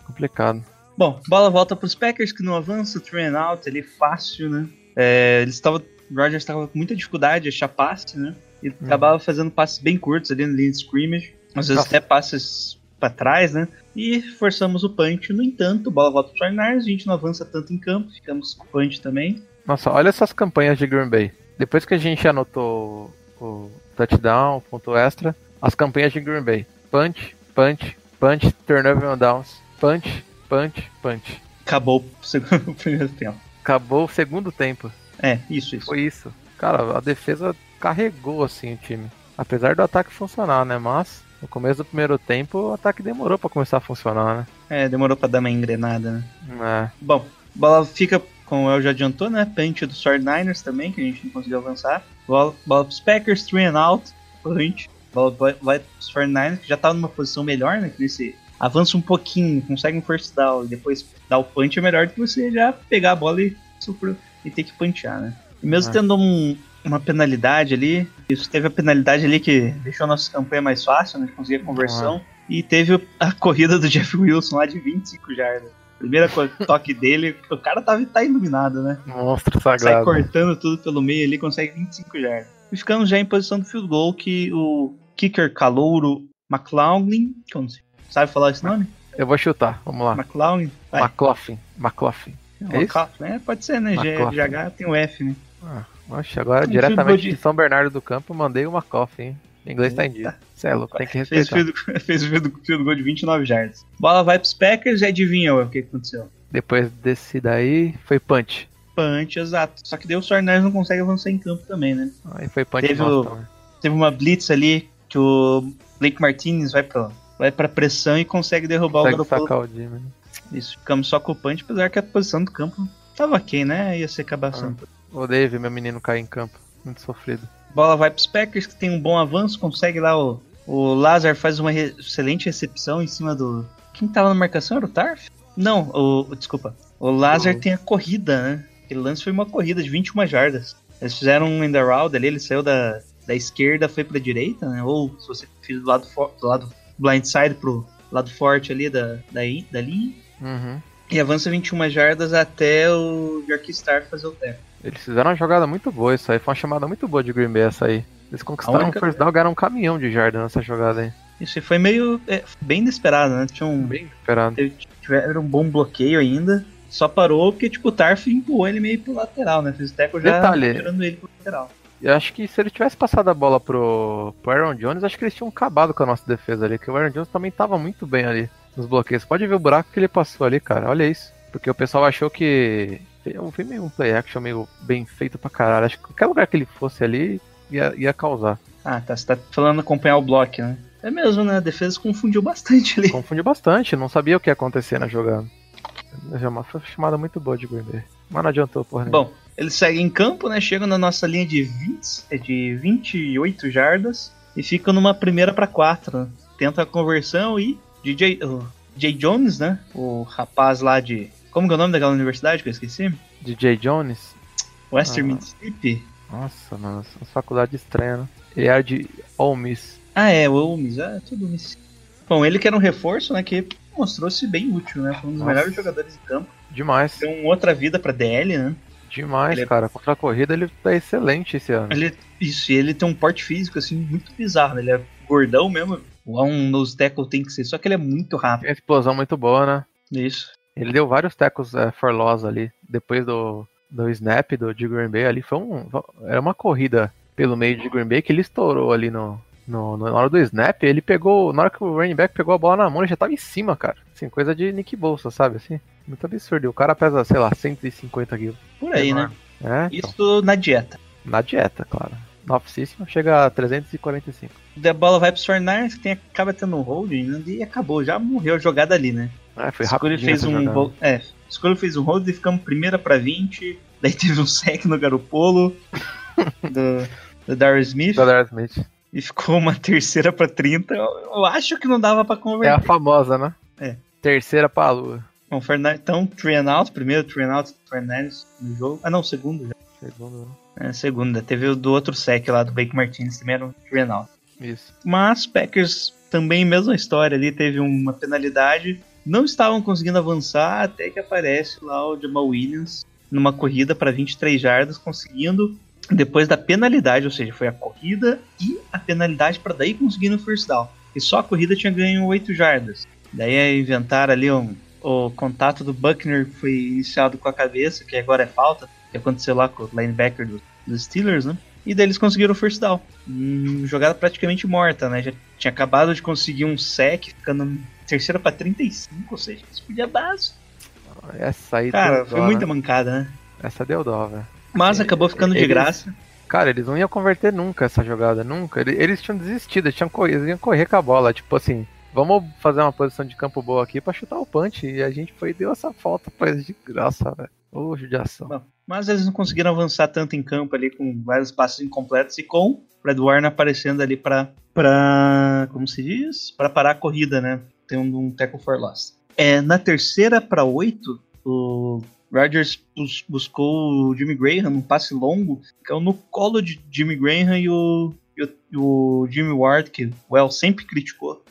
B: Complicado.
A: Bom, bola volta pros Packers que não avança, o turn out ali fácil, né? É, eles estavam. O Rogers estava com muita dificuldade de achar passe, né? E acabava fazendo passes bem curtos ali na linha de scrimmage. Às vezes
B: Nossa.
A: até passes pra trás, né? E forçamos o punch. No entanto, bola volta pro Niners, a gente não avança tanto em campo, ficamos com o punch também.
B: Nossa, olha essas campanhas de Green Bay. Depois que a gente anotou o touchdown, ponto extra, as campanhas de Green Bay. Punch, punch, punch, turnover on downs. Punch, punch, punch.
A: Acabou o, segundo, o primeiro tempo.
B: Acabou o segundo tempo.
A: É, isso, isso.
B: Foi isso. Cara, a defesa carregou assim o time. Apesar do ataque funcionar, né? Mas no começo do primeiro tempo o ataque demorou pra começar a funcionar, né?
A: É, demorou pra dar uma engrenada, né?
B: É.
A: Bom, bola fica, como eu já adiantou, né? Punch do Sword Niners também, que a gente não conseguiu avançar. Bola, bola pros Packers, three and out, punch. Bola vai, vai pros 49ers, que já tá numa posição melhor, né? Que nesse avança um pouquinho, consegue um first down, e depois dá o punch é melhor do que você já pegar a bola e, sofrer- e ter que punchar, né? E mesmo
B: Ah.
A: tendo um- uma penalidade ali, isso teve a penalidade ali que deixou a nossa campanha mais fácil, né? De conseguir a conversão. E teve a corrida do Jeff Wilson lá de 25 jardas. Primeira co- toque dele, o cara tá, tá iluminado, né?
B: Monstro
A: Sai
B: sagrado.
A: cortando tudo pelo meio ali, consegue 25 jardas. E ficamos já em posição do field goal que o kicker calouro McLaughlin, que eu não sei, sabe falar esse nome?
B: Eu vou chutar, vamos lá.
A: McLaughlin? Vai,
B: McLaughlin. McLaughlin. Ah. é isso?
A: McLaughlin. É, pode ser, né? G-
B: McLaughlin.
A: GH tem o F, né?
B: Ah, oxe, agora
A: Um field goal
B: diretamente
A: de-
B: de São Bernardo do Campo, mandei uma coffee, hein? O inglês tá em dia. Cê é louco, tem que
A: Fez o
B: respeitar.
A: field, fez o field, field goal de 29 jardas. Bola vai pros Packers e adivinha o que aconteceu.
B: Depois desse daí, foi punch.
A: Punch, exato. Só que daí o Sornais não consegue avançar em campo também, né?
B: Aí foi punch
A: Teve
B: nosso
A: o-
B: também.
A: teve uma blitz ali que o Blake Martinez vai pra, vai pra pressão e consegue derrubar
B: Consegue
A: o Garoppolo.
B: sacar o Jimmy. né?
A: Isso, ficamos só com o punch, apesar que a posição do campo tava ok, né? Ia ser acabar sendo.
B: Odeio ver meu menino cair em campo. Muito sofrido.
A: Bola vai pros Packers, que tem um bom avanço, consegue lá o, o Lazar faz uma re- excelente recepção em cima do... Quem tava na marcação era o Tarf? Não, o, o- desculpa. O Lazar
B: O-
A: tem a corrida, né? Aquele lance foi uma corrida de 21 jardas. Eles fizeram um end around ali, ele saiu da, da esquerda, foi pra direita, né? Ou se você fez do lado, fo- do lado blindside pro lado forte ali da, da, in- da linha.
B: Uhum.
A: um E avança 21 jardas até o York Star fazer o teco.
B: Eles fizeram uma jogada muito boa isso aí. Foi uma chamada muito boa de Green Bay essa aí. Eles conquistaram
A: única-
B: o first down, ganharam um caminhão de jardim nessa jogada aí.
A: Isso aí foi meio. é, bem inesperado, né? Tinha um,
B: Esperando.
A: teve- tiveram um bom bloqueio ainda. Só parou porque, tipo, o Tarf empurrou ele meio pro lateral, né? Fez o tackle já
B: Detalhe.
A: tirando ele pro lateral.
B: Eu acho que se ele tivesse passado a bola pro, pro Aaron Jones, acho que eles tinham acabado com a nossa defesa ali, que o Aaron Jones também tava muito bem ali nos bloqueios. Pode ver o buraco que ele passou ali, cara. Olha isso. Porque o pessoal achou que. Eu vi meio um play action meio bem feito pra caralho. Acho que qualquer lugar que ele fosse ali ia, ia causar.
A: Ah, tá. Você tá falando acompanhar o bloco, né? É mesmo, né? A defesa confundiu bastante ali.
B: Confundiu bastante, não sabia o que ia acontecer na jogada. Mas é uma- Foi uma chamada muito boa de Green Bay. Mas não adiantou, porra. né? nenhuma.
A: É. Bom, eles seguem em campo, né? Chegam na nossa linha de 20, é de 28 jardas e ficam numa primeira pra quatro. né? Tenta a conversão e DJ, o DJ Jones, né? O rapaz lá de. Como que é o nome daquela universidade que eu esqueci?
B: DJ Jones.
A: Western
B: Ah.
A: Mississippi?
B: Nossa, mano, essa faculdade estranha, né? Ele era de Ole Miss.
A: Ah, é, o Holmes. Ah, é tudo Miss. Bom, ele que era um reforço, né? Que mostrou-se bem útil, né? Foi um dos
B: Nossa.
A: melhores jogadores de campo.
B: Demais.
A: Deu outra vida pra DL, né?
B: Demais,
A: Ele é-
B: cara. Contra a corrida ele tá excelente esse ano.
A: Ele, isso, e ele tem um porte físico, assim, muito bizarro. né? Ele é gordão mesmo. Lá um nose tackle tem que ser, só que ele é muito rápido.
B: Tem uma explosão muito boa, né?
A: Isso.
B: Ele deu vários tecos é, for loss ali. Depois do, do snap do, de Green Bay ali. Foi um, era uma corrida pelo meio de Green Bay que ele estourou ali no, no, no- na hora do snap. Ele pegou. Na hora que o running back pegou a bola na mão, ele já tava em cima, cara. Assim, coisa de Nick Bolsa, sabe? Assim, muito absurdo. E o cara pesa, sei lá, 150 quilos.
A: Por aí, né?
B: Enorme. É, então,
A: Isso na dieta.
B: na dieta, claro. No off-season chega a 345.
A: Daí A bola vai pro Sornars, que tem, acaba tendo um holding, né? e acabou, já morreu a jogada ali, né?
B: É, foi
A: Escolha
B: rápido.
A: fez um hold, é, Escolha fez um hold e ficamos primeira pra 20. Daí teve um sec no Garopolo do, do Darius Smith
B: Smith.
A: e ficou uma terceira pra 30. Eu, eu acho que não dava pra
B: É
A: converter.
B: a famosa, né?
A: É.
B: Terceira pra lua.
A: Bom, Fernan- então, three and out, primeiro three and out do Fernandes no jogo. Ah, não, segundo já.
B: Segundo, né?
A: É, segundo, né? teve o do outro sec lá do Blake Martinez, também era um three and out.
B: Isso.
A: Mas Packers também, mesma história ali, teve uma penalidade. Não estavam conseguindo avançar até que aparece lá o Jamal Williams numa corrida para 23 jardas, conseguindo depois da penalidade, ou seja, foi a corrida e a penalidade para daí conseguir no first down. E só a corrida tinha ganho 8 jardas. Daí é inventar ali um, o contato do Buckner que foi iniciado com a cabeça, que agora é falta, que aconteceu lá com o linebacker do- dos Steelers, né? E daí eles conseguiram o first down. Hum, jogada praticamente morta, né? Já tinha acabado de conseguir um sec, ficando terceira pra 35, ou seja, isso podia dar.
B: Essa aí
A: Cara,
B: deu
A: foi
B: dó,
A: muita
B: né?
A: mancada, né?
B: Essa deu dó, velho.
A: Mas acabou ficando de
B: Eles-
A: graça.
B: Cara, eles não iam converter nunca essa jogada, nunca. Ele- Eles tinham desistido, eles, tinham cor- eles iam correr com a bola. Tipo assim, vamos fazer uma posição de campo boa aqui pra chutar o punch. E a gente foi e deu essa falta pra eles de graça, velho. Ô, judiação.
A: Mas eles não conseguiram avançar tanto em campo ali com vários passos incompletos e com o Fred Warner aparecendo ali pra. pra como se diz? Pra parar a corrida, né? Tem um, um tackle for loss. É, na terceira pra oito, o Rodgers bus- buscou o Jimmy Graham num passe longo, caiu no colo de Jimmy Graham e o, e o- e o Jimmy Ward, que o El sempre criticou.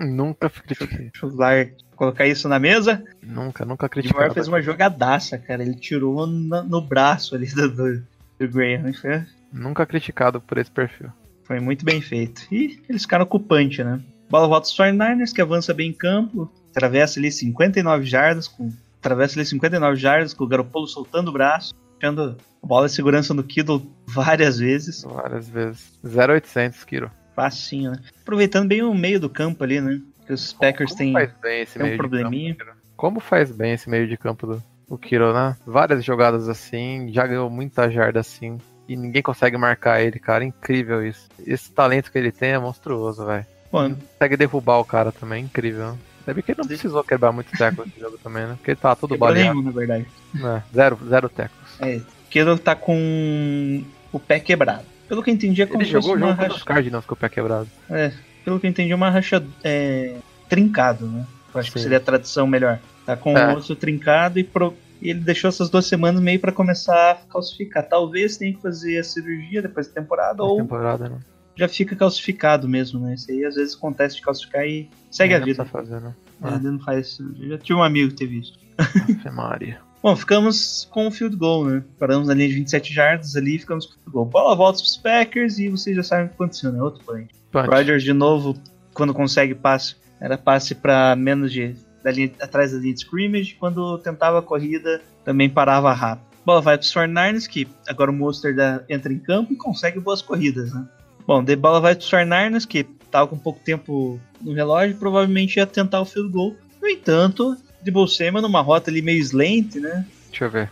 B: nunca critiquei.
A: Deixa eu lá colocar isso na mesa.
B: Nunca, nunca
A: O Jimmy Ward
B: critiquei.
A: fez uma jogadaça, cara. Ele tirou na- no braço ali do, do, do Graham. Foi,
B: Nunca criticado por esse perfil.
A: foi muito bem feito. E eles ficaram com o punch, né? Bola volta dos 49ers, que avança bem em campo. Atravessa ali 59 jardas. Com, atravessa ali 59 jardas com o Garopolo soltando o braço. Deixando a bola de segurança no Kiddle várias vezes.
B: Várias vezes. 0800, Kiro.
A: Facinho, né? Aproveitando bem o meio do campo ali, né? Que os Packers têm...
B: Faz bem esse
A: tem um
B: meio de campo,
A: probleminha.
B: Kiro. Como faz bem esse meio de campo do o Kiro, né? Várias jogadas assim, já ganhou muita jarda assim. E ninguém consegue marcar ele, cara. Incrível isso. Esse talento que ele tem é monstruoso, velho.
A: Bom,
B: Consegue derrubar o cara também, é incrível. Ainda bem que ele não precisou quebrar muito teco nesse jogo também, né? Porque ele tava todo
A: quebrou
B: baleado.
A: nenhum, na verdade.
B: Né? Zero, zero tecos.
A: É, Kittle tá com o pé quebrado. Pelo que eu entendi, é como
B: Ele
A: se
B: jogou o
A: fosse uma
B: jogo contra
A: racha...
B: os Cardinals com o pé quebrado.
A: É, pelo que eu entendi, uma racha é, trincado, né? Eu acho que
B: Sim.
A: seria a tradução melhor. Tá com
B: É.
A: o osso trincado e, pro- e ele deixou essas duas semanas meio pra começar a calcificar. Talvez tenha que fazer a cirurgia depois da temporada
B: na
A: ou
B: temporada, né?
A: já fica calcificado mesmo, né? Isso aí às vezes acontece de calcificar e segue
B: Não
A: a
B: dá
A: vida.
B: pra fazer, né?
A: Ele não faz cirurgia. Já tive um amigo que teve isso.
B: Ave Maria.
A: Bom, ficamos com o field goal, né? Paramos na linha de 27 jardas ali e ficamos com o field goal. Bola volta pros Packers e vocês já sabem o que aconteceu, né? Outro punch.
B: Punch.
A: Rodgers de novo, quando consegue passe, era passe para menos de da linha, atrás da linha de scrimmage. Quando tentava a corrida, também parava rápido. Bola vai para os 49ers, que agora o Monster entra em campo e consegue boas corridas, né? Bom, de bola vai para os 49ers, que estava com pouco tempo no relógio, provavelmente ia tentar o field goal. No entanto, de Bolsema numa rota ali meio slant, né?
B: Deixa eu ver.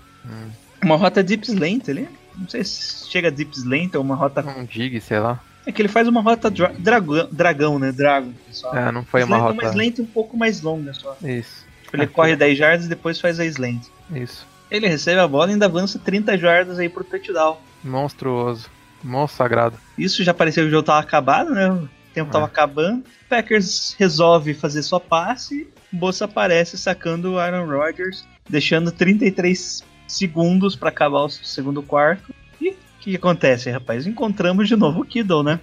A: Uma rota deep slant ali. Não sei se chega deep slant ou uma rota
B: Um dig, sei lá.
A: é que ele faz uma rota dra- dragão, dragão, né? Dragon, pessoal.
B: Ah, não foi uma
A: Slant é
B: rota. É.
A: Uma slant um pouco mais longa só.
B: Isso,
A: Tipo, ele corre 10 jardas e depois faz a slant.
B: isso.
A: Ele recebe a bola e ainda avança 30 jardas aí pro touchdown.
B: Monstruoso. Monstro sagrado.
A: Isso já parecia que o jogo tava acabado, né? O tempo tava acabando. Packers resolve fazer sua passe. Bolsa aparece sacando o Aaron Rodgers, deixando 33 segundos pra acabar o segundo quarto. E o que, que acontece, rapaz? Encontramos de novo o Kiddle, né?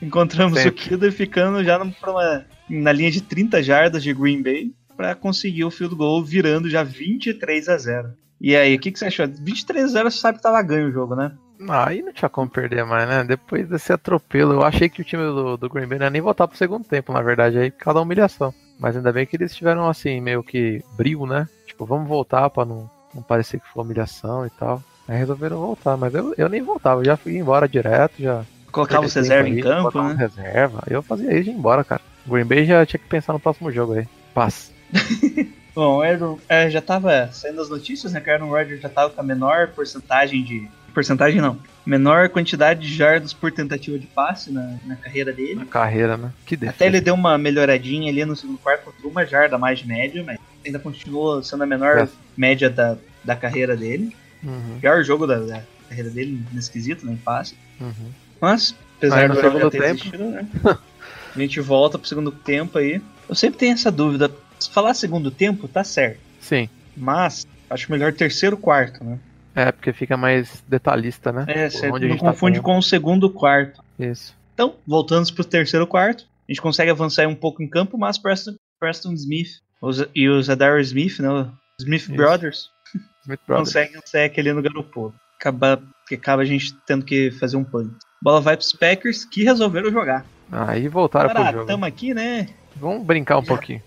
A: Encontramos
B: Sempre.
A: o Kiddle ficando já numa- pra uma- na linha de 30 jardas de Green Bay pra conseguir o field goal, virando já 23 a 0. E aí, o que, que você achou? 23 a 0 você sabe que tava ganho o jogo, né?
B: Ah, aí não tinha como perder mais, né? Depois desse atropelo, eu achei que o time do, do Green Bay não ia nem voltar pro segundo tempo, na verdade, aí por causa da humilhação. Mas ainda bem que eles tiveram, assim, meio que brilho, né? Tipo, vamos voltar pra não, não parecer que foi humilhação e tal. Aí resolveram voltar, mas eu, eu nem voltava, eu já fui embora direto, já.
A: Colocava os reserva em campo,
B: Botava
A: né?
B: Reserva, eu fazia isso e ia embora, cara. O Green Bay já tinha que pensar no próximo jogo aí. Paz.
A: Bom, Aaron, é, já tava saindo as notícias, né? Que o Aaron Rodgers já tava com a menor porcentagem de. Porcentagem não. Menor quantidade de jardas por tentativa de passe na, na carreira dele.
B: Na carreira, né? Que defesa.
A: Até ele deu uma melhoradinha ali no segundo quarto, contra uma jarda a mais de média, mas ainda continuou sendo a menor
B: É.
A: média da, da carreira dele.
B: Uhum,
A: Pior jogo da, da carreira dele, nesse quesito, nem passe.
B: uhum.
A: Mas,
B: Aí
A: apesar
B: no
A: do Aaron já
B: segundo
A: ter
B: tempo.
A: desistido, né? A gente volta pro segundo tempo aí. Eu sempre tenho essa dúvida. Se falar segundo tempo, tá certo.
B: Sim.
A: Mas acho melhor terceiro quarto, né?
B: É, porque fica mais detalhista, né?
A: É,
B: Tipo,
A: você
B: onde a
A: não
B: gente tá
A: confunde
B: falando.
A: com o segundo quarto.
B: Isso.
A: Então, voltando pro terceiro quarto, a gente consegue avançar um pouco em campo, mas Preston, Preston Smith os- e o Zadar Smith, né? o Smith
B: Isso.
A: Brothers,
B: Smith Brothers.
A: conseguem um sec ali no garopolo. Acaba, que acaba a gente tendo que fazer um punt. Bola vai pros Packers que resolveram jogar.
B: Aí voltaram pro
A: Cara,
B: jogo.
A: tamo aqui, né?
B: Vamos brincar um pouquinho.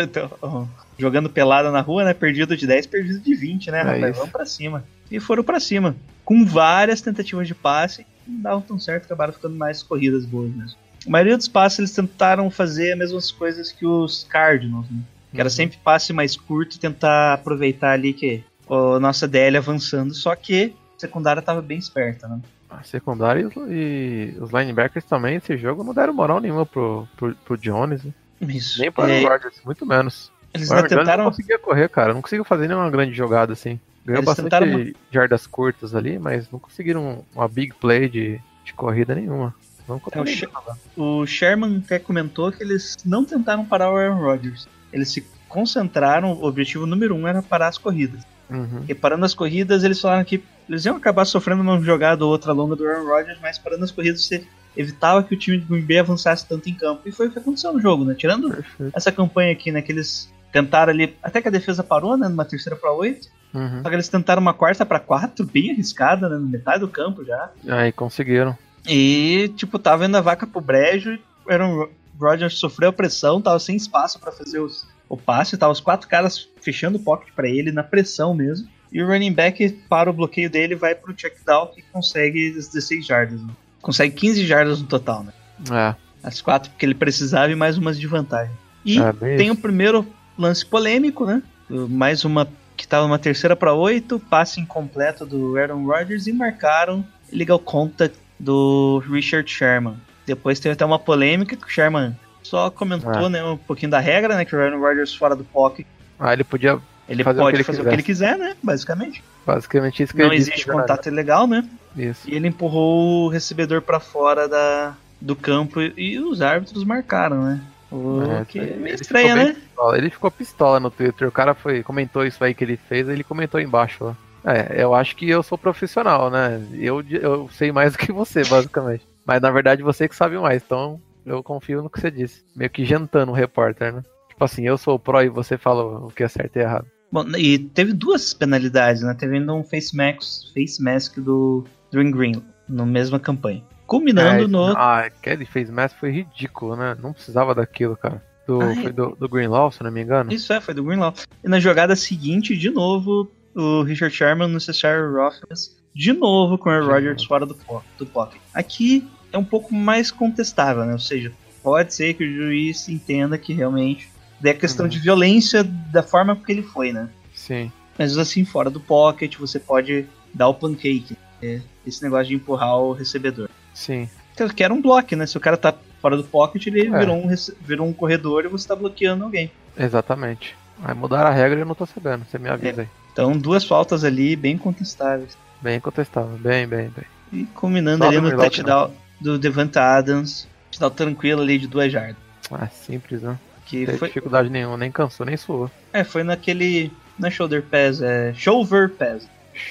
A: Então, ó, jogando pelada na rua, né? Perdido de 10, perdido de 20, né,
B: É
A: rapaz?
B: isso.
A: Vamos pra cima. E foram pra cima. Com várias tentativas de passe, não davam tão certo, acabaram ficando mais corridas boas mesmo. A maioria dos passes eles tentaram fazer as mesmas coisas que os Cardinals, né? Que era
B: Uhum.
A: sempre passe mais curto e tentar aproveitar ali que a nossa DL avançando, só que a secundária tava bem esperta, né?
B: A secundária e os- Ah, e os linebackers também, esse jogo, não deram moral nenhuma pro, pro, pro Jones. né?
A: Isso.
B: Nem pro
A: E aí,
B: Aaron Rodgers, muito menos.
A: É. eles
B: O
A: ainda
B: Aaron Rodgers não
A: tentaram.
B: conseguia correr, cara. Não conseguiu fazer nenhuma grande jogada, assim. Ganhou
A: Eles
B: bastante
A: tentaram uma-
B: jardas curtas ali, mas não conseguiram um, uma big play de, de corrida nenhuma. Não
A: É, o,
B: conseguiram.
A: Sher- o Sherman até comentou que eles não tentaram parar o Aaron Rodgers. Eles se concentraram, o objetivo número um era parar as corridas.
B: Uhum.
A: Porque parando as corridas, eles falaram que eles iam acabar sofrendo uma jogada ou outra longa do Aaron Rodgers, mas parando as corridas você evitava que o time do Green Bay avançasse tanto em campo. E foi o que aconteceu no jogo, né? Tirando
B: Perfeito.
A: essa campanha aqui, né? Que eles tentaram ali, até que a defesa parou, né? Numa terceira para oito.
B: Uhum.
A: Só que eles tentaram uma quarta para quatro, bem arriscada, né? Na metade do campo já.
B: Aí conseguiram.
A: E, tipo, tava indo a vaca pro brejo, o Aaron Ro- Rodgers sofreu pressão, tava sem espaço pra fazer os- o passe, tava os quatro caras fechando o pocket pra ele, na pressão mesmo. E o running back para o bloqueio dele, vai pro check down que consegue as 16 jardas. né? Consegue 15 jardas no total, né?
B: É,
A: As quatro que ele precisava e mais umas de vantagem. E
B: é bem
A: tem o
B: isso.
A: primeiro lance polêmico, né? Mais uma que tava uma terceira para oito, passe incompleto do Aaron Rodgers e marcaram legal contact do Richard Sherman. Depois teve até uma polêmica que o Sherman só comentou,
B: Ah.
A: né, um pouquinho da regra, né, que o Aaron Rodgers fora do pocket,
B: Ah, ele podia
A: ele
B: Fazer o
A: pode
B: que ele
A: fazer o
B: quiser.
A: que ele quiser, né, basicamente.
B: basicamente isso que
A: Não
B: ele disse,
A: existe
B: né?
A: contato ilegal, né?
B: Isso.
A: E ele empurrou o recebedor para fora da, do campo e, e os árbitros marcaram, né? O
B: É,
A: que
B: isso aí.
A: é meio
B: Ele
A: estranho,
B: ficou bem
A: né?
B: pistola. Ele ficou pistola no Twitter. O cara foi, comentou isso aí que ele fez, ele comentou aí embaixo lá. É, eu acho que eu sou profissional, né? Eu, eu sei mais do que você, basicamente. Mas na verdade você que sabe mais, então eu confio no que você disse. Meio que jantando o um repórter, né? Tipo, Tipo assim, eu sou o pró e você fala o que é certo e errado.
A: Bom, e teve duas penalidades, né? Teve ainda um face mask, face mask do Dream Green na mesma campanha. Culminando
B: É,
A: no.
B: Ah, aquele face mask foi ridículo, né? Não precisava daquilo, cara. Do,
A: Ah,
B: foi do, do Greenlaw, se não me engano.
A: Isso é, foi do Greenlaw. E na jogada seguinte, de novo, o Richard Sherman no Cesar Rothmans, de novo com o Aaron Rodgers fora do, po- do pocket. Aqui é um pouco mais contestável, né? Ou seja, pode ser que o juiz entenda que realmente é questão
B: Uhum.
A: de violência da forma que ele foi, né?
B: Sim.
A: Mas assim, fora do pocket, você pode dar o pancake. né? Esse negócio de empurrar o recebedor.
B: Sim.
A: Então, Que era um bloco, né? Se o cara tá fora do pocket, ele
B: É.
A: virou, um, rece- virou um corredor e você tá bloqueando alguém.
B: Exatamente. Aí mudaram a regra e eu não tô sabendo, você me avisa aí.
A: Então, duas faltas ali bem contestáveis.
B: Bem contestável, bem, bem, bem.
A: E culminando
B: Só
A: ali
B: do
A: no
B: Murloc,
A: touchdown do Devonta Adams. Touchdown tranquilo ali de duas jardas.
B: Ah, simples, né?
A: Que
B: Não teve
A: foi,
B: dificuldade nenhuma, nem cansou, nem suou.
A: é, foi naquele. Não é shoulder pass, é shoulder pass.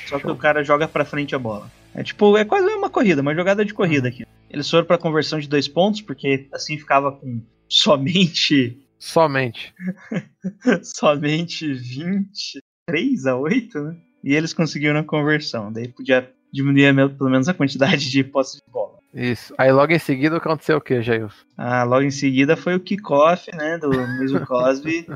A: Só que
B: Show.
A: o cara joga pra frente a bola. É tipo, é quase uma corrida, uma jogada de corrida aqui. Eles foram pra conversão de dois pontos, porque assim ficava com somente
B: Somente.
A: somente 23 a 8, né? E eles conseguiram a conversão. Daí podia diminuir a me- pelo menos a quantidade de posse de bola.
B: Isso. Aí logo em seguida aconteceu o que, Jailson?
A: Ah, logo em seguida foi o kickoff, né, do Miso Cosby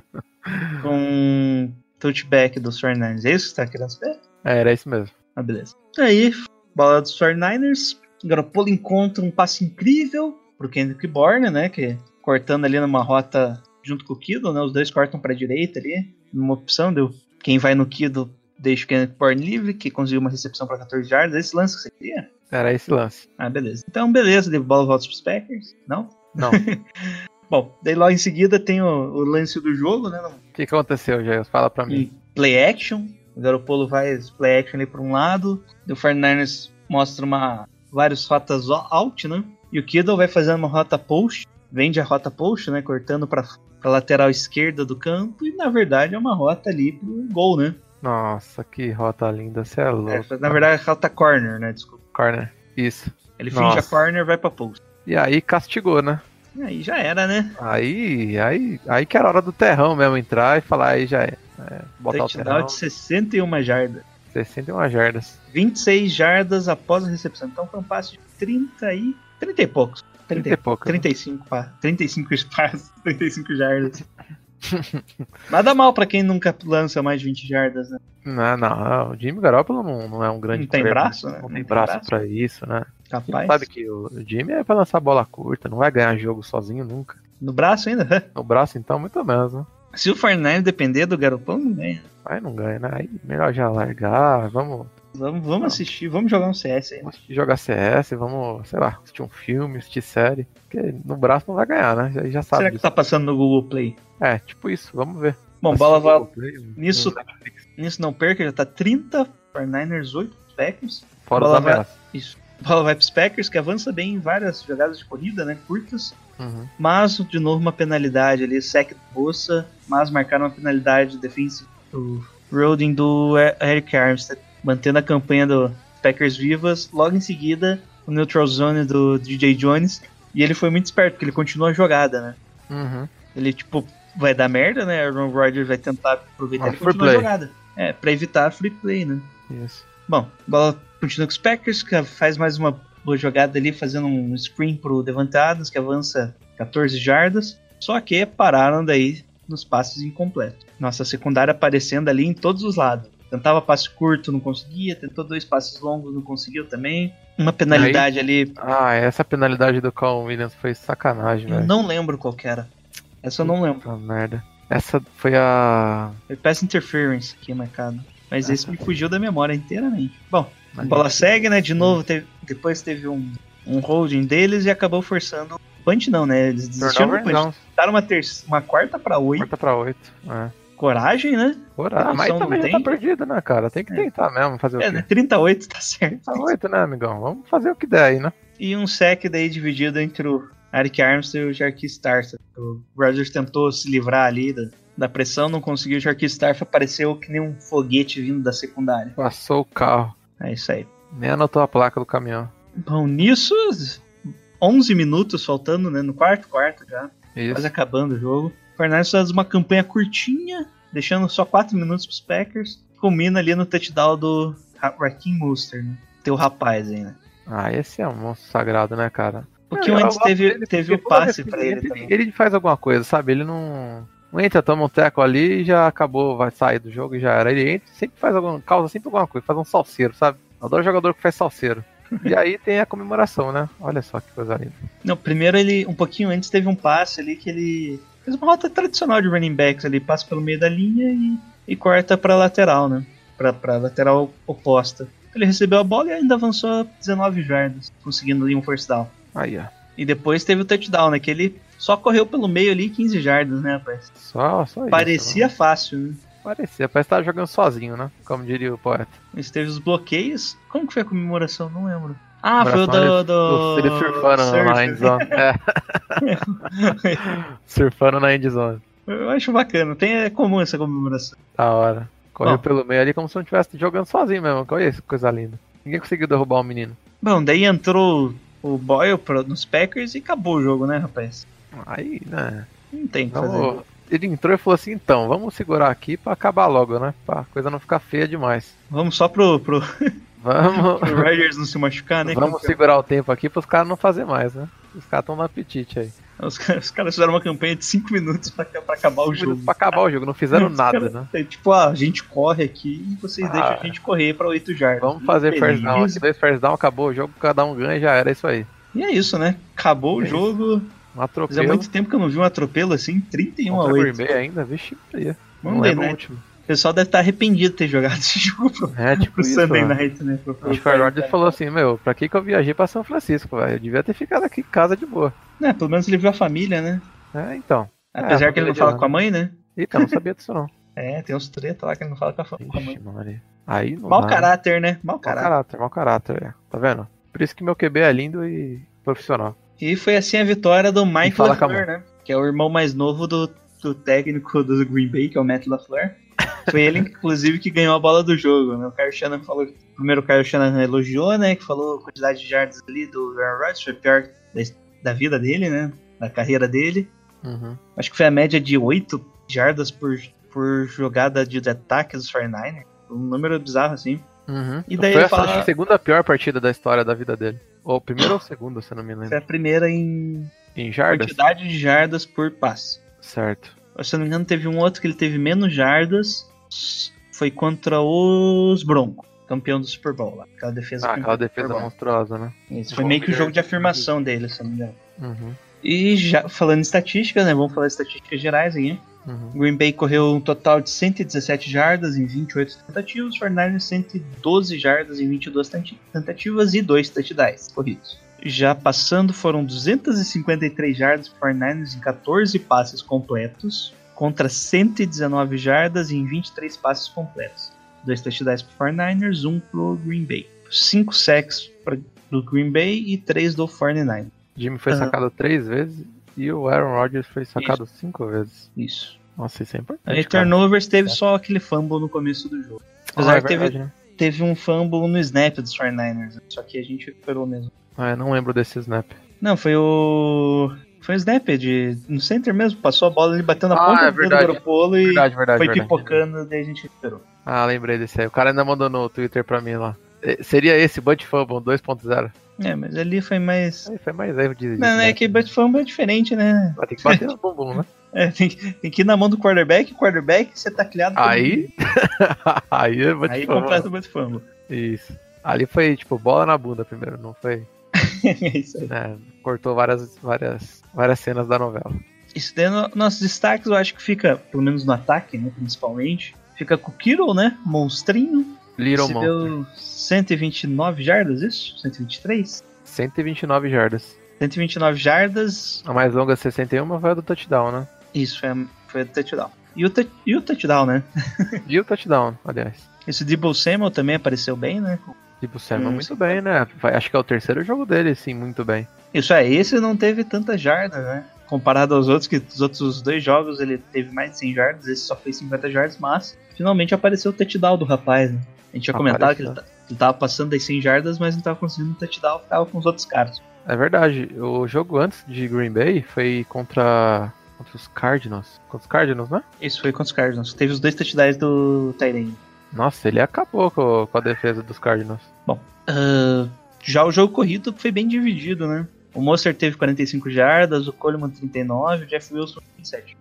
A: com touchback dos 49ers. É isso que você tá querendo saber?
B: É, era isso mesmo.
A: Ah, beleza. Aí, bola dos 49ers. Garoppolo encontra um passe incrível pro Kendrick Bourne, né, que cortando ali numa rota junto com o Kido, né, os dois cortam pra direita ali, numa opção deu. Quem vai no Kido deixa o Kendrick Bourne livre, que conseguiu uma recepção pra 14 yardas. Esse lance que você queria?
B: Era esse lance.
A: Ah, beleza. Então, beleza, de bola volta pros Packers. Não?
B: Não.
A: Bom, daí logo em seguida tem o, o lance do jogo, né?
B: O que aconteceu, Jailson? Fala pra mim.
A: Um play action. O Garopolo faz play action ali pra um lado. O Fernandes mostra uma, vários rotas o- out, né? E o Kittle vai fazendo uma rota post. Vende a rota post, né? Cortando pra, pra lateral esquerda do campo. E na verdade é uma rota ali pro gol, né?
B: Nossa, que rota linda, você é
A: É,
B: louco.
A: na verdade é rota corner, né? Desculpa.
B: corner. Isso.
A: Ele finge
B: Nossa.
A: a corner vai pra post.
B: E aí castigou, né?
A: E aí já era, né?
B: Aí, aí, aí que era a hora do terrão mesmo entrar e falar, aí já é. é botar o
A: Touchdown
B: terrão,
A: de 61 jardas.
B: 61 jardas.
A: 26 jardas após a recepção. Então foi um passe de 30 e. 30 e poucos.
B: 30
A: 30,
B: e pouco.
A: 35, pa- 35 espaços, 35 jardas. Nada mal pra quem nunca lança mais de 20 jardas, né?
B: Não, não, o Jimmy Garoppolo não, não é um grande
A: Não tem
B: quarterback,
A: braço, né?
B: Não tem braço, pra isso, né?
A: Capaz.
B: Sabe que o o Jimmy é pra lançar bola curta, não vai ganhar jogo sozinho nunca.
A: No braço ainda?
B: No braço, então, muito menos, né?
A: Se o Fernandes depender do garopão, não ganha.
B: Aí não ganha, né? Aí melhor já largar, vamos
A: Vamos, vamos assistir, vamos jogar um CS aí.
B: vamos jogar CS, vamos, sei lá, assistir um filme, assistir série. Porque no braço não vai ganhar, né? Já, já sabe
A: Será que
B: disso.
A: tá passando no Google Play?
B: É, tipo isso, vamos ver.
A: Bom, bola
B: Assistir
A: volta.
B: o play, um-
A: Nisso,
B: um-
A: nisso não perca, já tá 30 Fernandes, 8 Packers.
B: Fora
A: bola
B: os
A: vai-
B: ameaças.
A: Isso. Bola vai pros Packers, que avança bem em várias jogadas de corrida, né? Curtas.
B: Uhum.
A: Mas, de novo, uma penalidade ali, sec do Bossa, mas marcaram uma penalidade defensiva do Rodin do E- Eric Armstead, mantendo a campanha do Packers vivas. Logo em seguida, o neutral zone do DJ Jones, e ele foi muito esperto, porque ele continua a jogada, né?
B: Uhum.
A: Ele, tipo, vai dar merda, né? Aaron Rodgers vai tentar aproveitar
B: Ah,
A: e
B: free
A: continuar a
B: play.
A: jogada. É, pra evitar free play, né?
B: Isso.
A: Bom, bola continua com os Packers, que faz mais uma boa jogada ali, fazendo um screen pro Devantadas, que avança 14 jardas. Só que pararam daí nos passes incompletos. Nossa secundária aparecendo ali em todos os lados. Tentava passe curto, não conseguia. Tentou dois passes longos, não conseguiu também. Uma penalidade ali,
B: Ah, essa penalidade do Cal Williams foi sacanagem,
A: eu
B: velho.
A: não lembro qual que era. Essa eu não lembro.
B: Puta merda. Essa foi a.
A: Foi pass interference aqui marcado. Mas esse me fugiu da memória inteiramente. Bom, A
B: Mas-
A: bola segue, né? De novo, teve- depois teve um, um holding deles e acabou forçando. Punch não, né? Eles desistiram do
B: Turnover,
A: punch.
B: não.
A: Daram uma, terce- uma quarta pra oito.
B: Corta pra 8. É.
A: Coragem, né?
B: Ora,
A: Não,
B: mas
A: são-
B: também
A: não
B: já tá
A: tem?
B: perdido, né, cara? Tem que
A: É.
B: tentar mesmo fazer
A: É,
B: o
A: né?
B: quê?
A: 38, tá certo.
B: Tá 8, né, amigão? Vamos fazer o que der aí, né?
A: E um sec daí dividido entre o Eric Armstrong e o Jarquis Starfa. O Rogers tentou se livrar ali da, da pressão, não conseguiu. O Jarquis Starfa apareceu que nem um foguete vindo da secundária.
B: Passou o carro.
A: É isso aí.
B: Nem anotou a placa do caminhão.
A: Bom, nisso, 11 minutos faltando, né? No quarto quarto já.
B: Isso.
A: quase acabando o jogo. O Fernandes faz uma campanha curtinha, deixando só 4 minutos pros Packers. Combina ali no touchdown do Ra- Raheem Monster, né? Teu rapaz aí, né?
B: Ah, esse é um monstro sagrado, né, cara?
A: Um pouquinho
B: Eu
A: antes
B: gosto
A: teve,
B: dele,
A: teve o
B: porque toda
A: um passe
B: vez que
A: pra ele
B: entra,
A: também.
B: Ele faz alguma coisa, sabe? Ele não. não entra, toma um teco ali e já acabou, vai sair do jogo e já era. Ele entra e sempre faz alguma. causa sempre alguma coisa, faz um salseiro, sabe? Adoro jogador que faz salseiro. E aí tem a comemoração, né? Olha só que coisa linda.
A: Não, primeiro ele, um pouquinho antes, teve um passe ali que ele fez uma rota tradicional de running backs ali, passa pelo meio da linha e, e corta pra lateral, né? Pra, pra lateral oposta. Ele recebeu a bola e ainda avançou 19 jardas, conseguindo ali um first down.
B: Aí, ó.
A: E depois teve o touchdown, né? Que ele só correu pelo meio ali 15 jardas, né, rapaz?
B: Só, só isso.
A: Parecia fácil, né?
B: é, mano. Parecia, parece que tava jogando sozinho, né? Como diria o poeta.
A: Mas teve os bloqueios. Como que foi a comemoração? Não lembro. Ah, foi o
B: Coração,
A: do.
B: ele-
A: do...
B: Ele surfando na
A: surf. né?
B: endzone. É. surfando na endzone.
A: Eu acho bacana. Tem, é comum essa comemoração.
B: Da hora. Correu
A: Bom.
B: pelo meio ali como se não estivesse jogando sozinho mesmo. Olha isso, que coisa linda. Ninguém conseguiu derrubar o menino.
A: Bom, daí entrou o Boyle pro- nos Packers e acabou o jogo, né, rapaz?
B: Aí, né?
A: Não tem o que fazer.
B: Vamos... Ele entrou e falou assim: então, vamos segurar aqui pra acabar logo, né? Pra coisa não ficar feia demais.
A: Vamos só pro, pro,
B: Vamos,
A: pro Riders não se machucar, né?
B: vamos
A: campeão?
B: segurar o tempo aqui pros caras não fazer mais, né? Os caras estão no apetite aí.
A: Os, ca- os caras fizeram uma campanha de 5 minutos pra, pra acabar o jogo.
B: Pra acabar o jogo, não fizeram
A: Os
B: nada,
A: caras-
B: né?
A: é tipo, ah, a gente corre aqui e vocês
B: Ah.
A: deixam a gente correr pra 8 jardas.
B: Vamos fazer
A: Beleza.
B: first down. aqui, Dois first down, acabou o jogo, cada um ganha, já era isso aí.
A: E é isso, né? Acabou o
B: É isso.
A: jogo.
B: Um
A: Fazia
B: atropelo.
A: muito tempo que eu não vi um atropelo assim, 31 a
B: Contra
A: 8.
B: gourmet ainda, vixe, Maria.
A: Vamos
B: não
A: ver,
B: lembro o
A: né?
B: último.
A: O pessoal deve estar arrependido de ter jogado esse jogo pro,
B: É, tipo
A: pro
B: isso,
A: Sunday
B: né?
A: Night, né? Pro, pro
B: Acho que o Rogers falou assim, meu, pra que que eu viajei pra São Francisco, velho? Eu devia ter ficado aqui em casa de boa.
A: É, pelo menos ele viu a família, né?
B: É, então.
A: Apesar que ele não fala com a mãe, né?
B: Eita, não sabia disso não.
A: É, tem uns treta lá que ele não fala com a, fa- com a
B: Ixi,
A: mãe.
B: Maria. Aí não
A: Mal
B: dá, né?
A: caráter, né? Mal
B: Mau
A: caráter.
B: caráter, mau caráter, é. Tá vendo? Por isso que meu QB é lindo e profissional.
A: E foi assim a vitória do Mike
B: fala com a
A: LaFleur, né? Que é o irmão mais novo do, do técnico do Green Bay, que é o Matt LaFleur. Foi ele, inclusive, que ganhou a bola do jogo, né? O Kyle Shanahan falou... Primeiro o Kyle Shanahan elogiou, né? Que falou a quantidade de jardas ali do Aaron Rodgers. Foi a pior da, da vida dele, né? Da carreira dele.
B: Uhum.
A: Acho que foi a média de 8 jardas por, por jogada de ataque dos 49ers. Um número bizarro, assim.
B: Uhum.
A: E daí
B: Foi
A: ele
B: a
A: fala-
B: acho que, a segunda pior partida da história da vida dele. Ou primeira ou segunda, se eu não me
A: Foi
B: lembro.
A: a primeira em
B: Em jardas?
A: quantidade de jardas por passe.
B: Certo.
A: Se eu não me engano, teve um outro que ele teve menos jardas. Foi contra os Broncos, campeão do Super Bowl lá. Aquela defesa
B: Ah,
A: campeã
B: aquela
A: do Super
B: defesa
A: Bowl.
B: monstruosa, né?
A: Isso foi meio que o jogo de afirmação dele, se eu não me engano.
B: Uhum.
A: E já falando em estatísticas, né? Vamos falar de estatísticas gerais aí.
B: Uhum.
A: Green Bay correu um total de 117 jardas em 28 tentativas, 49ers 112 jardas em 22 tenti- tentativas e 2 touchdowns corridos. Já passando, foram 253 jardas para 49ers em 14 passes completos, contra 119 jardas em 23 passes completos. 2 touchdowns para 49ers, 1 um para o Green Bay. 5 sacks pra- do Green Bay e 3 do 49ers.
B: Jimmy foi
A: Aham.
B: sacado três vezes e o Aaron Rodgers foi sacado cinco vezes.
A: Isso.
B: Nossa, isso é
A: Aí
B: importante. cara.
A: turnovers teve só aquele fumble no começo do jogo. Apesar
B: Ah, é
A: que teve,
B: verdade, né?
A: teve um fumble no snap dos 49ers. Só que a gente recuperou mesmo.
B: Ah, eu não lembro desse snap.
A: Não, foi o. Foi o snap de. No center mesmo, passou a bola, ele bateu na
B: Ah,
A: ponta do
B: é
A: dedo do
B: verdade.
A: Garopolo e
B: Verdade, verdade,
A: foi
B: verdade.
A: pipocando, daí a gente recuperou.
B: Ah, lembrei desse aí. O cara ainda mandou no Twitter pra mim lá. Eh, Seria esse, Bud Fumble 2.0.
A: É, mas ali foi mais.
B: Aí foi mais erro de. de
A: Não, não, é
B: snap,
A: que
B: né?
A: Bud Fumble é diferente, né?
B: Ah, Tem que bater no bumbum, né?
A: É, tem, que- tem que ir na mão do quarterback, quarterback, você tá criado
B: Aí. aí é Bud
A: aí
B: Fumble.
A: completa o Bud Fumble.
B: Isso. Ali foi, tipo, bola na bunda primeiro, não foi?
A: é isso aí.
B: né? Cortou várias, várias, várias cenas da novela.
A: Isso daí, é no- nossos destaques, eu acho que fica, pelo menos no ataque, né, principalmente, fica com o Kittle, né, monstrinho.
B: Little
A: Você
B: Mon.
A: deu 129 jardas, isso? 123?
B: 129 jardas.
A: 129 jardas,
B: A mais longa, 61, foi a do touchdown, né?
A: isso, foi, a- foi o touchdown. E o, tou- e o touchdown, né?
B: E o touchdown, aliás.
A: Esse Debo Samuel também apareceu bem, né?
B: Tipo, serve
A: Hum,
B: muito
A: sim.
B: bem, né? Vai- Acho que é o terceiro jogo dele, sim, muito bem.
A: Isso é, esse não teve tantas jardas, né? Comparado aos outros, que os outros dois jogos ele teve mais de 100 jardas, esse só fez 50 jardas, mas finalmente apareceu o touchdown do rapaz, né? A gente tinha comentado que ele, ta- que ele tava passando das 100 jardas, mas não tava conseguindo o touchdown, ficava com os outros caras.
B: É verdade, o jogo antes de Green Bay foi contra Contra os Cardinals. Contra os Cardinals, né?
A: Isso foi contra os Cardinals. Teve os dois touchdowns do Tyrene.
B: Nossa, ele acabou com, com a defesa dos Cardinals.
A: Ah, já o jogo corrido foi bem dividido, né? O Monster teve 45 jardas, o Coleman 39, o Jeff Wilson 27.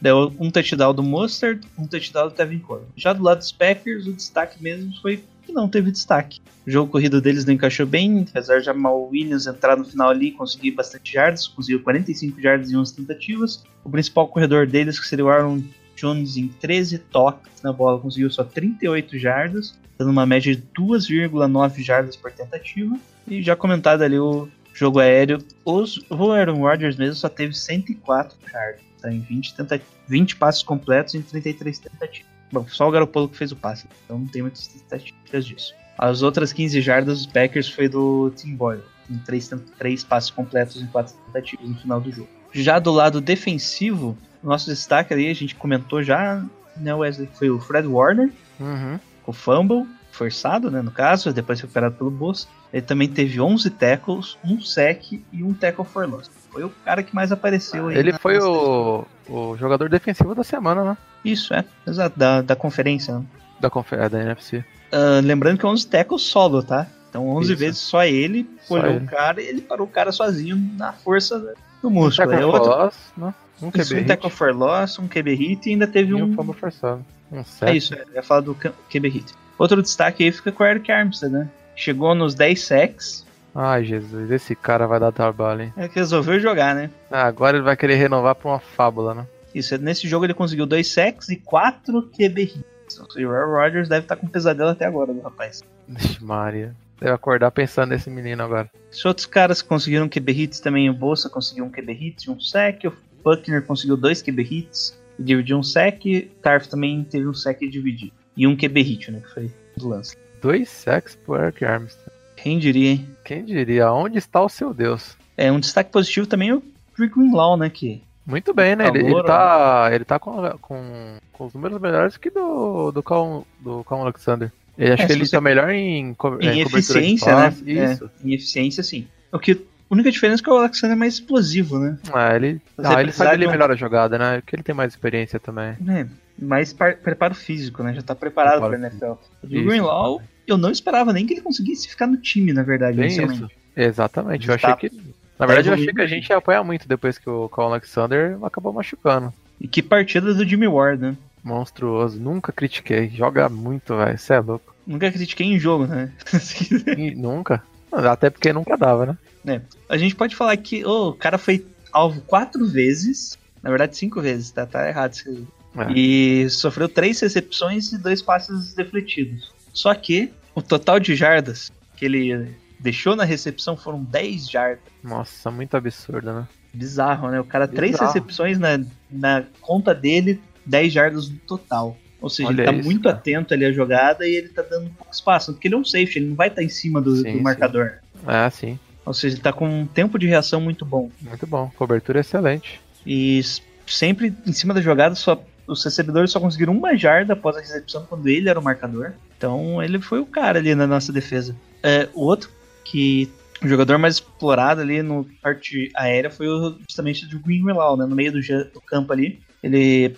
A: Deu um touchdown do Monster, um touchdown do Tevin Coleman. Já do lado dos Packers, o destaque mesmo foi que não teve destaque. O jogo corrido deles não encaixou bem, apesar de Jamal Williams entrar no final ali e conseguir bastante jardas, conseguiu 45 jardas em 11 tentativas. O principal corredor deles, que seria o Aaron Jones, em 13 toques na bola, conseguiu só 38 jardas dando uma média de 2,9 jardas por tentativa. E já comentado ali o jogo aéreo, os, o Aaron Rodgers mesmo só teve 104 jardas, tá? em 20, tenta, 20 passos completos em 33 tentativas. Bom, só o Garopolo que fez o passe, então não tem muitas tentativas disso. As outras 15 jardas dos Packers foi do Tim Boyle, em 3, passos completos em 4 tentativas no final do jogo. Já do lado defensivo, nosso destaque ali, a gente comentou já, né, Wesley, foi o Fred Warner,
B: Uhum.
A: o fumble, forçado, né, no caso, depois recuperado pelo Boss. Ele também teve 11 tackles, um sec e um tackle for loss. Foi o cara que mais apareceu aí.
B: Ele
A: na-
B: foi
A: nas-
B: o, o jogador defensivo da semana, né?
A: Isso, é. Exato, da, da conferência. né?
B: Da, confer... é, da NFC.
A: Ah, lembrando que é 11 tackles solo, tá? Então 11
B: Isso.
A: vezes só ele,
B: Só
A: foi o
B: ele.
A: cara, ele parou o cara sozinho na força do músculo.
B: Tackle
A: É
B: for
A: outro,
B: loss, né? Um
A: isso,
B: QB
A: um
B: hit
A: tackle for loss, um QB hit e ainda teve
B: e
A: um
B: um fumble forçado. Um
A: É
B: sack.
A: isso, eu ia falar do Cam- QB hit. Outro destaque aí fica com o Eric Armstead, né? Chegou nos 10 sacks,
B: Ai, Jesus, esse cara vai dar trabalho, hein?
A: é que resolveu jogar, né?
B: Ah, agora ele vai querer renovar pra uma fábula, né?
A: Isso, nesse jogo ele conseguiu dois sacks e quatro QB hits. Ou seja, O Aaron Rodgers deve estar com pesadelo até agora, do rapaz.
B: Vixe, Maria. Deve acordar pensando nesse menino agora.
A: Os outros caras que conseguiram QB hits também, o Bolsa conseguiu um QB hits e um sack, o Buckner conseguiu dois QB hits e dividiu um sack, o Tarf também teve um sack e dividiu. E um QB hit, né, que foi do lance.
B: Dois sacks pro Eric Armstead.
A: Quem diria, hein?
B: Quem diria? Onde está o seu Deus?
A: É, um destaque positivo também é o Drew Greenlaw, né, que...
B: Muito bem, né? Ele,
A: Calouro,
B: ele tá, ele tá com, com, com os números melhores que do do Cal, do Cal Alexander. Ele acho
A: É,
B: que
A: se
B: ele
A: você-
B: tá melhor em, co-
A: Em
B: é, cobertura de
A: eficiência, né?
B: passe,
A: É,
B: Isso.
A: em eficiência, sim. O que... A única diferença é que o Alexander é mais explosivo, né?
B: Ah, ele,
A: Você
B: ah, ele
A: precisar
B: sabe
A: de
B: ele
A: um-
B: melhor a jogada, né? Porque ele tem mais experiência também.
A: É, mais par- preparo físico, né? Já tá preparado
B: Preparo
A: pra NFL. O
B: Isso,
A: Greenlaw, eu não esperava nem que ele conseguisse ficar no time, na verdade,
B: É Bem
A: inicialmente.
B: isso. Exatamente. Eu
A: Ele tá-
B: achei que. Na verdade, eu achei
A: evoluindo.
B: que a gente ia apanhar muito depois que o Cal Alexander acabou machucando.
A: E que partida do Jimmy Ward, né?
B: Monstruoso. Nunca critiquei. Joga muito, velho. Você é louco.
A: Nunca critiquei em jogo, né?
B: E nunca. Até porque nunca dava, né?
A: A gente pode falar que ô, o cara foi alvo quatro vezes. Na verdade, cinco vezes, tá, tá errado isso aí.
B: É.
A: E sofreu três recepções e dois passes defletidos. Só que o total de jardas que ele deixou na recepção foram 10 jardas.
B: Nossa, muito absurdo, né?
A: Bizarro, né? O cara, três
B: Bizarro.
A: recepções na, na conta dele, 10 jardas no total. Ou seja,
B: Olha
A: ele tá
B: isso,
A: muito
B: cara.
A: atento ali à jogada e ele tá dando pouco espaço. Porque ele é um safety, ele não vai estar em cima do,
B: Sim,
A: do
B: sim.
A: marcador.
B: É, sim.
A: Ou seja, ele tá com um tempo de reação muito bom.
B: Muito bom, cobertura excelente.
A: E s- sempre em cima da jogada, só, os recebedores só conseguiram uma jarda após a recepção quando ele era o marcador. Então ele foi o cara ali na nossa defesa. É, o outro que. O jogador mais explorado ali no parte aérea foi o- justamente o Greenwell, né? No meio do, ja- do campo ali. Ele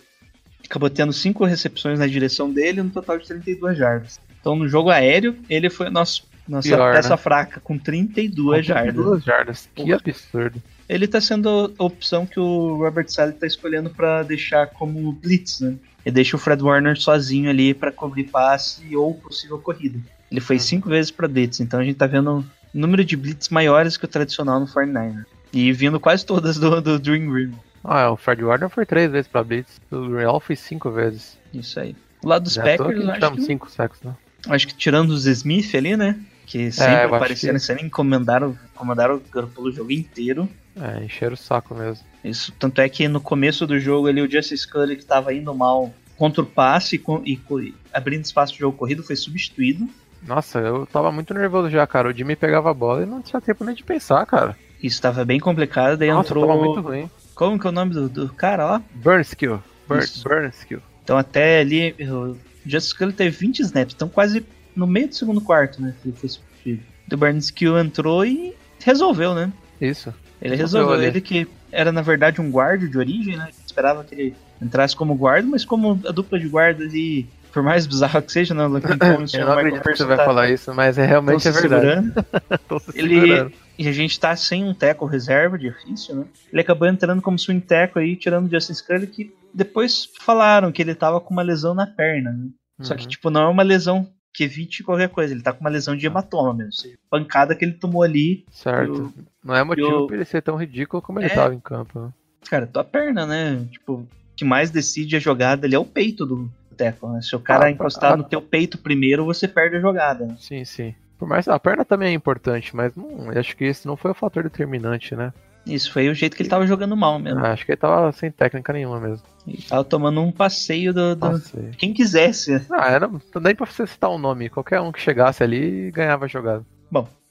A: acabou tendo cinco recepções na direção dele, no total de 32 jardas. Então no jogo aéreo, ele foi a nossa, nossa
B: Pior,
A: peça
B: né?
A: fraca, com 32 jardas.
B: Duas jardas, que
A: Porra.
B: absurdo.
A: Ele tá sendo a opção que o Robert Saleh tá escolhendo pra deixar como blitz, né? Ele deixa o Fred Warner sozinho ali pra cobrir passe ou possível corrida. Ele foi
B: Uhum.
A: cinco vezes pra blitz, então a gente tá vendo um número de blitz maiores que o tradicional no 49er. E vindo quase todas do, do Dream Green.
B: Ah, o Fred Warner foi três vezes pra Blitz, o Real foi cinco vezes.
A: Isso aí. Do lado dos
B: Já tô
A: Packers,
B: aqui,
A: eu acho
B: tiramos
A: que,
B: cinco sacos, né?
A: acho que tirando os Smith ali, né? Que sempre
B: É, eu acho
A: apareceram,
B: que-
A: sempre encomendaram, encomendaram o Garoppolo o jogo inteiro.
B: É, encheram o saco mesmo.
A: Isso, tanto é que no começo do jogo ali o Justice Scully que estava indo mal contra o passe e, co- e co- e abrindo espaço pro jogo corrido foi substituído.
B: Nossa, eu tava muito nervoso já, cara. O Jimmy pegava a bola e não tinha tempo nem de pensar, cara.
A: Isso estava bem complicado, daí
B: Nossa,
A: entrou.
B: tava muito ruim.
A: Como que é o nome do, do cara lá?
B: Burn skill. Burn,
A: Isso.
B: burn skill.
A: Então até ali o Justice Scully teve 20 snaps, então quase no meio do segundo quarto, né? que Ele foi substituído. O Burns Kill entrou e resolveu, né?
B: Isso.
A: Ele
B: Resolveu
A: resolveu,
B: ali.
A: ele que era na verdade um guarda de origem, né? esperava que ele entrasse como guarda, mas como a dupla de guarda ali, por mais bizarro que seja, né? O Duncan Collins e
B: Eu
A: o
B: não
A: Michael
B: acredito que você
A: Parsons
B: vai
A: tá-
B: falar isso, mas é
A: tão
B: realmente
A: se
B: é verdade.
A: segurando.
B: Tô se
A: Ele.
B: segurando.
A: E a gente tá sem um teco reserva, difícil, né? Ele acabou entrando como swing teco aí, tirando o Justin Scully, que depois falaram que ele tava com uma lesão na perna, né? Só que,
B: Uhum.
A: tipo, não é uma lesão que evite qualquer coisa, ele tá com uma lesão de hematoma mesmo. Ou seja, a pancada que ele tomou ali,
B: Certo. Não é motivo
A: eu-
B: pra ele ser tão ridículo como
A: É.
B: ele tava em campo. né?
A: cara, tua perna, né? Tipo, o que mais decide a jogada ali é o peito do teco, né? Se o cara
B: Ah,
A: encostar
B: ah.
A: no teu peito primeiro, você perde a jogada, né?
B: Sim, sim. Por mais a perna também é importante, mas não, eu acho que esse não foi o fator determinante, né?
A: Isso foi o jeito que ele tava jogando mal mesmo.
B: Ah, acho que ele tava sem técnica nenhuma mesmo.
A: Ele tava tomando um passeio do, do-
B: Passei.
A: quem quisesse, né?
B: Ah, era nem pra você citar um nome. Qualquer um que chegasse ali ganhava a jogada.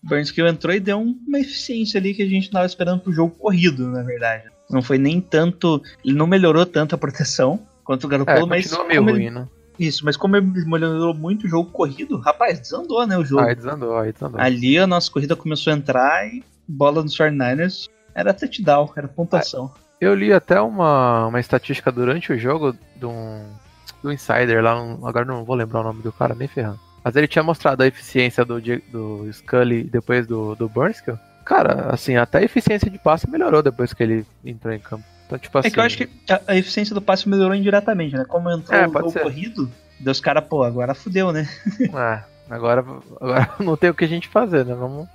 A: Burns Kill entrou e deu uma eficiência ali que a gente não tava esperando pro jogo corrido, na verdade. Não foi nem tanto. Ele não melhorou tanto a proteção quanto o
B: É,
A: Garoppolo, mas.
B: continua meio
A: como
B: ruim,
A: ele-
B: né?
A: isso, mas como ele melhorou muito o jogo corrido, rapaz, desandou, né? O jogo.
B: Aí desandou, aí desandou.
A: Ali a nossa corrida começou a entrar e bola nos 49ers era touchdown, era pontuação.
B: Eu li até uma, uma estatística durante o jogo de um, de um insider lá, um- agora não vou lembrar o nome do cara, nem ferrando. Mas ele tinha mostrado a eficiência do, Di- do Scully depois do, do Burnskill. Cara, assim, até a eficiência de passe melhorou depois que ele entrou em campo. Então, tipo assim.
A: é que eu acho que a, a eficiência do passe melhorou indiretamente, né? Como entrou
B: É,
A: o
B: pode
A: jogo
B: ser.
A: corrido, deu os caras, pô, agora fudeu, né?
B: Ah, agora, agora não tem o que a gente fazer, né? Vamos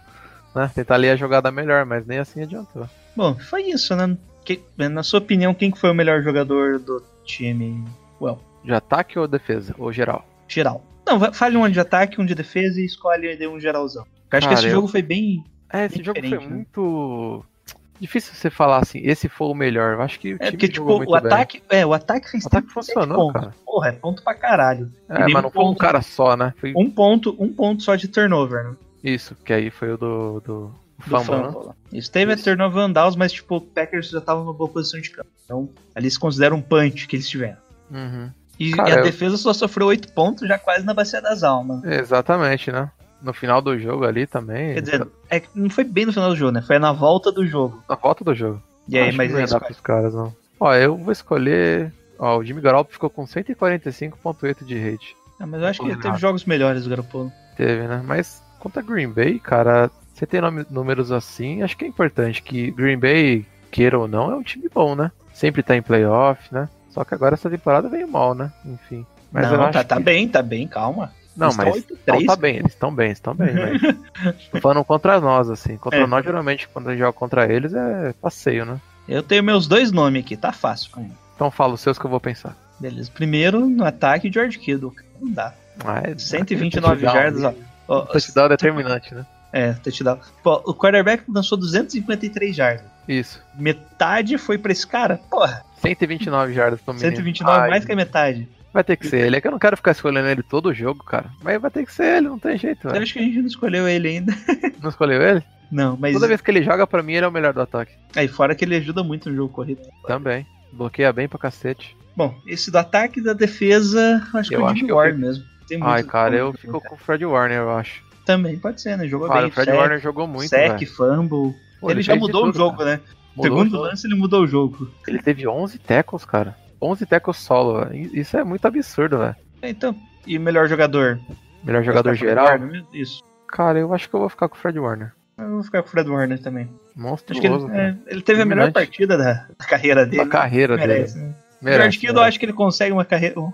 B: né, tentar ler a jogada melhor, mas nem assim adiantou.
A: Bom, foi isso, né? Que- na sua opinião, quem que foi o melhor jogador do time
B: De ataque ou defesa? Ou geral?
A: geral? Não, va- fale um de ataque, um de defesa e escolhe aí um geralzão. Eu acho
B: Cara,
A: que esse
B: eu-
A: jogo foi bem.
B: É, esse
A: Bem
B: jogo foi
A: diferente, né?
B: muito. Difícil você falar assim, esse foi o melhor. Eu acho que o
A: É,
B: time
A: porque,
B: jogou
A: tipo,
B: muito
A: o
B: bem.
A: ataque. É, o ataque fez
B: O ataque
A: 37
B: funcionou,
A: pontos.
B: cara.
A: Porra, é ponto pra caralho. E
B: É,
A: nem
B: mas não foi um
A: ponto.
B: cara só, né? Foi
A: Um ponto, um ponto só de turnover, né?
B: isso, que aí foi o do, do,
A: Do
B: fumble, né?
A: fumble. Isso teve
B: Isso.
A: a turnover and downs, mas, tipo, o Packers já tava numa boa posição de campo. Então, ali se considera um punch que eles tiveram.
B: Uhum.
A: E,
B: Cara,
A: e a
B: eu-
A: defesa só sofreu 8 pontos, já quase na bacia das almas.
B: Uhum. Exatamente, né? No final do jogo ali também.
A: Quer dizer, é que não foi bem no final do jogo, né? Foi na volta do jogo.
B: na volta do jogo.
A: E aí,
B: Acho
A: mas
B: que não ia
A: aí
B: dar
A: escolhe.
B: pros caras, não. Ó, eu vou escolher. Ó, o Jimmy Garoppolo ficou com 145.8 de rate.
A: Ah, mas eu acho que ele teve
B: Combinado.
A: jogos melhores, Garopolo.
B: Teve, né? Mas contra Green Bay, cara, você tem nome- números assim, acho que é importante. Que Green Bay, queira ou não, é um time bom, né? Sempre tá em playoff, né? Só que agora essa temporada veio mal, né? Enfim. Mas eu
A: não,
B: acho
A: tá, tá
B: que-
A: bem, tá bem, calma.
B: Não,
A: Eles tão
B: mas
A: 8-3,
B: não, tá bem, eles estão bem, estão bem, mas tô falando contra nós, assim. Contra
A: É.
B: nós, geralmente, quando a gente joga contra eles, é passeio, né?
A: Eu tenho meus dois nomes aqui, tá fácil. cara.
B: Então fala os seus que eu vou pensar.
A: Beleza. Primeiro, no ataque, George Kittle. cara, Não dá.
B: Ah, é-
A: 129
B: touchdown,
A: jardas, ó. Ó,
B: Touchdown é determinante, né?
A: É, touchdown. Pô, o quarterback lançou 253 jardas.
B: Isso.
A: Metade foi pra esse cara? Porra,
B: 129 jardas pro menino.
A: 129
B: Ai,
A: mais que a metade.
B: Vai ter que ser ele. É que eu não quero ficar escolhendo ele todo jogo, cara. Mas vai ter que ser ele, não tem jeito,
A: Eu
B: velho.
A: acho que a gente não escolheu ele ainda.
B: Não escolheu ele?
A: Não, mas
B: Toda vez que ele joga, pra mim, ele é o melhor do ataque.
A: aí fora que ele ajuda muito no jogo corrido.
B: Também. Bloqueia bem pra cacete.
A: Bom, esse do ataque e da defesa, acho que
B: Eu
A: é o
B: acho
A: Jimmy
B: que eu
A: Ward mesmo. Tem
B: Ai,
A: muito-
B: cara, eu fico com o Fred Warner, eu acho.
A: Também pode ser, né? Jogou
B: Cara,
A: é? bem.
B: o Fred
A: sec,
B: Warner jogou muito,
A: sec,
B: velho.
A: fumble.
B: Pô,
A: ele já
B: fez de
A: mudou
B: tudo,
A: o jogo,
B: cara.
A: né?
B: Mudou o
A: Segundo
B: jogo.
A: lance, ele mudou o jogo.
B: Ele teve 11 tackles, cara. 11 tackles solo, velho. Isso é muito absurdo, velho.
A: Então, e melhor jogador?
B: Melhor jogador
A: Vai ficar tá com o
B: geral.
A: Fred Warner? Isso.
B: Cara, eu acho que eu vou ficar com o Fred Warner.
A: Eu vou ficar com o Fred Warner também. Acho que ele,
B: Monstruoso,
A: é,
B: cara.
A: ele teve a melhor
B: Dominante.
A: partida da, da carreira dele.
B: A carreira dele.
A: merece, né?
B: Merece,
A: George Kittle, eu
B: merece.
A: acho que ele consegue uma carreira. um-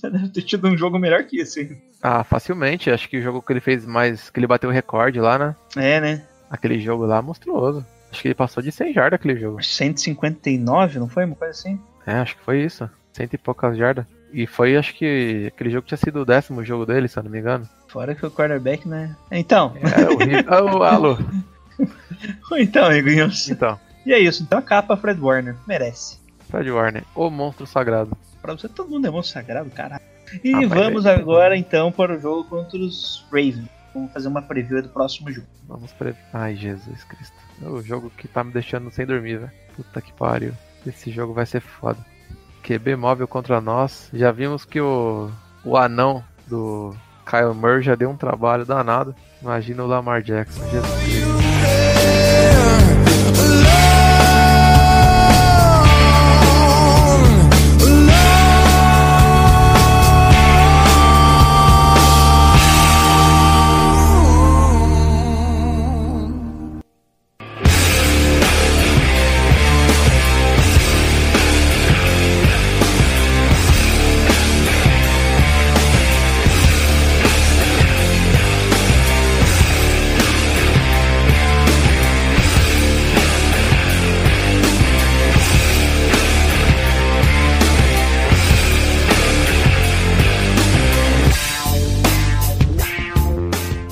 A: Já deve ter tido um jogo melhor que esse.
B: Ah, facilmente. Acho que o jogo que ele fez mais. que ele bateu o recorde lá, né?
A: É, né?
B: Aquele jogo lá, monstruoso. Acho que ele passou de 100 jardas aquele jogo.
A: 159, não foi? Uma coisa assim?
B: É, acho que foi isso. Cento e poucas jardas. E foi, acho que aquele jogo tinha sido o décimo jogo dele, se eu não me engano.
A: Fora que o quarterback, né? Então,
B: É horrível. Ô, alô.
A: então, amiguinhos.
B: Então,
A: E é isso. Então, capa Fred Warner. Merece.
B: Fred Warner, o monstro sagrado.
A: Pra você, todo mundo é monstro sagrado, caralho. E
B: Ah, mas
A: vamos
B: é-
A: agora, então, para o jogo contra os Ravens. Vamos fazer uma preview do próximo jogo.
B: Vamos pra. Ai, Jesus Cristo. É o jogo que tá me deixando sem dormir, velho. Puta que pariu. Esse jogo vai ser foda. QB móvel contra nós. Já vimos que o, o anão do Kyle Murray já deu um trabalho danado. Imagina o Lamar Jackson. Jesus.
C: Love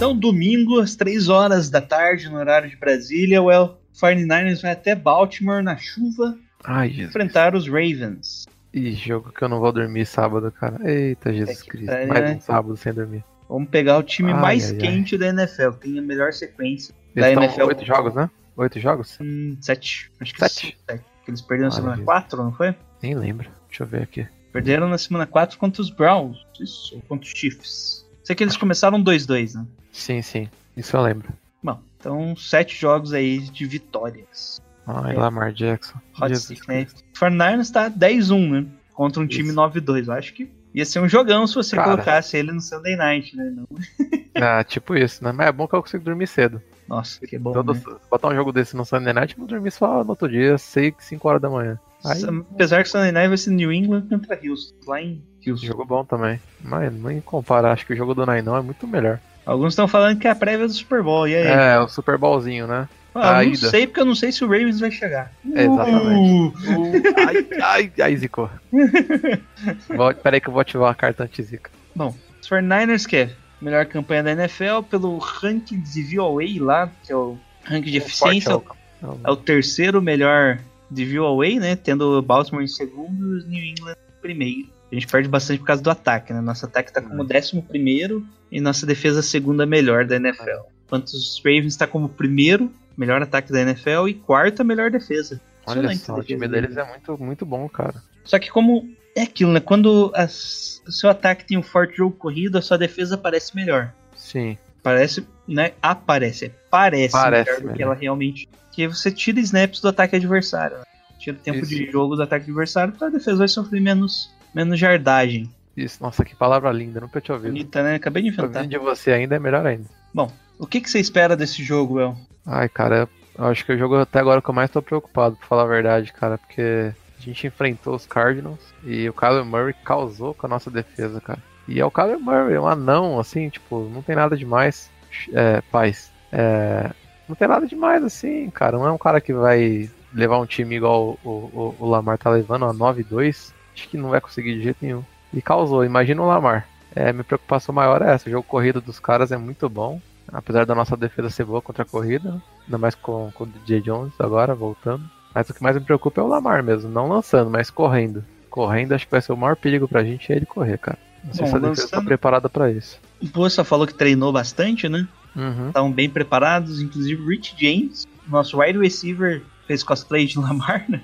A: um domingo, às 3 horas da tarde, no horário de Brasília, o El 49ers vai até Baltimore na chuva
B: Ai, Jesus.
A: enfrentar os Ravens.
B: Ih, jogo que eu não vou dormir sábado, cara. Eita, Jesus
A: É que
B: Cristo.
A: pariu,
B: Mais
A: né?
B: um sábado sem dormir.
A: Vamos pegar o time
B: Ai,
A: mais
B: ai, ai.
A: quente da NFL, tem a melhor sequência. Da
B: Eles
A: NFL.
B: estão oito jogos, né? Oito jogos?
A: Hum, 7. Acho que
B: Sete?
A: 7. Eles perderam na semana
B: Maravilha.
A: 4, não foi?
B: Nem lembro. Deixa eu ver aqui.
A: Perderam na semana 4 contra os Browns. Isso, ou contra os Chiefs. Sei que eles começaram 2-2, né?
B: Sim, sim. Isso eu lembro.
A: Bom, então 7 jogos aí de vitórias.
B: Ai,
A: É.
B: Lamar Jackson.
A: Hot
B: Jesus
A: Stick, né?
B: Cristo.
A: Fernandes tá 10-1, né? Contra um time
B: Isso.
A: 9-2. Eu acho que ia ser um jogão se você
B: Cara.
A: colocasse ele no Sunday Night, né? Não-
B: Ah, tipo isso, né? Mas é bom que eu consigo dormir cedo.
A: Nossa, que bom.
B: Todo-
A: né?
B: Botar um jogo desse no Sunday Night, eu vou dormir só no outro dia, 6, 5 horas da manhã. Aí,
A: Apesar que o Sunday Night vai ser New England contra Houston, lá em Houston.
B: jogo bom também. Mas nem compara, acho que o jogo do Nainão é muito melhor.
A: Alguns estão falando que é a prévia do Super Bowl, e aí?
B: É, o Super Bowlzinho, né?
A: Ah,
B: a
A: eu não
B: ida.
A: sei, porque eu não sei se o Ravens vai chegar.
B: É, exatamente.
A: Uh,
B: ai, ai, ai, Zico. Vou- Peraí que eu vou ativar a carta anti-Zica.
A: Os 49ers que é melhor campanha da NFL pelo ranking de VOA lá, que é o ranking de
B: Um
A: eficiência, é o terceiro melhor de VOA, né? Tendo o Baltimore em segundo e os New England em primeiro. A gente perde bastante por causa do ataque, né? Nosso ataque tá
B: É.
A: como décimo primeiro e nossa defesa segunda melhor da NFL. Enquanto os Ravens tá como primeiro melhor ataque da NFL e quarta melhor defesa.
B: Olha
A: Impressionante
B: só,
A: a
B: o
A: defesa
B: time deles é muito, muito bom, cara.
A: Só que como é aquilo, né? Quando as- o seu ataque tem um forte jogo corrido, a sua defesa parece melhor.
B: Sim.
A: Parece, né? Aparece. é Parece,
B: Parece
A: melhor do que
B: melhor.
A: ela realmente. Porque você tira snaps do ataque adversário. né? Tira o tempo
B: Isso.
A: de jogo do ataque adversário, então a defesa vai sofrer menos, menos jardagem.
B: Isso, nossa, que palavra linda, nunca tinha ouvido.
A: Bonita, né? Acabei de inventar.
B: Ouvindo de você ainda é melhor ainda.
A: O que, que você espera desse jogo, El?
B: Ai, cara, eu acho que é o jogo até agora que eu mais tô preocupado, pra falar a verdade, cara, porque a gente enfrentou os Cardinals e o Kyler Murray causou com a nossa defesa, cara. E é o Kyler Murray, um anão, assim, tipo, não tem nada demais, é, paz. É, não tem nada demais, assim, cara. Não é um cara que vai levar um time igual o, o- o Lamar tá levando, a 9-2. Acho que não vai conseguir de jeito nenhum. E causou, imagina o Lamar. É, minha preocupação maior é essa. O jogo corrido dos caras é muito bom. Apesar da nossa defesa ser boa contra a corrida, né? Ainda mais com, com o DJ Jones agora, voltando. Mas o que mais me preocupa é o Lamar mesmo, não lançando, mas correndo. Correndo, acho que vai ser o maior perigo pra gente é ele correr, cara. Não sei
A: Bom,
B: se a defesa tá
A: lançando-
B: preparada pra isso.
A: O Poça falou que treinou bastante, né?
B: Uhum.
A: Estavam bem preparados, inclusive o Rich James, nosso wide receiver, fez cosplay de Lamar, né?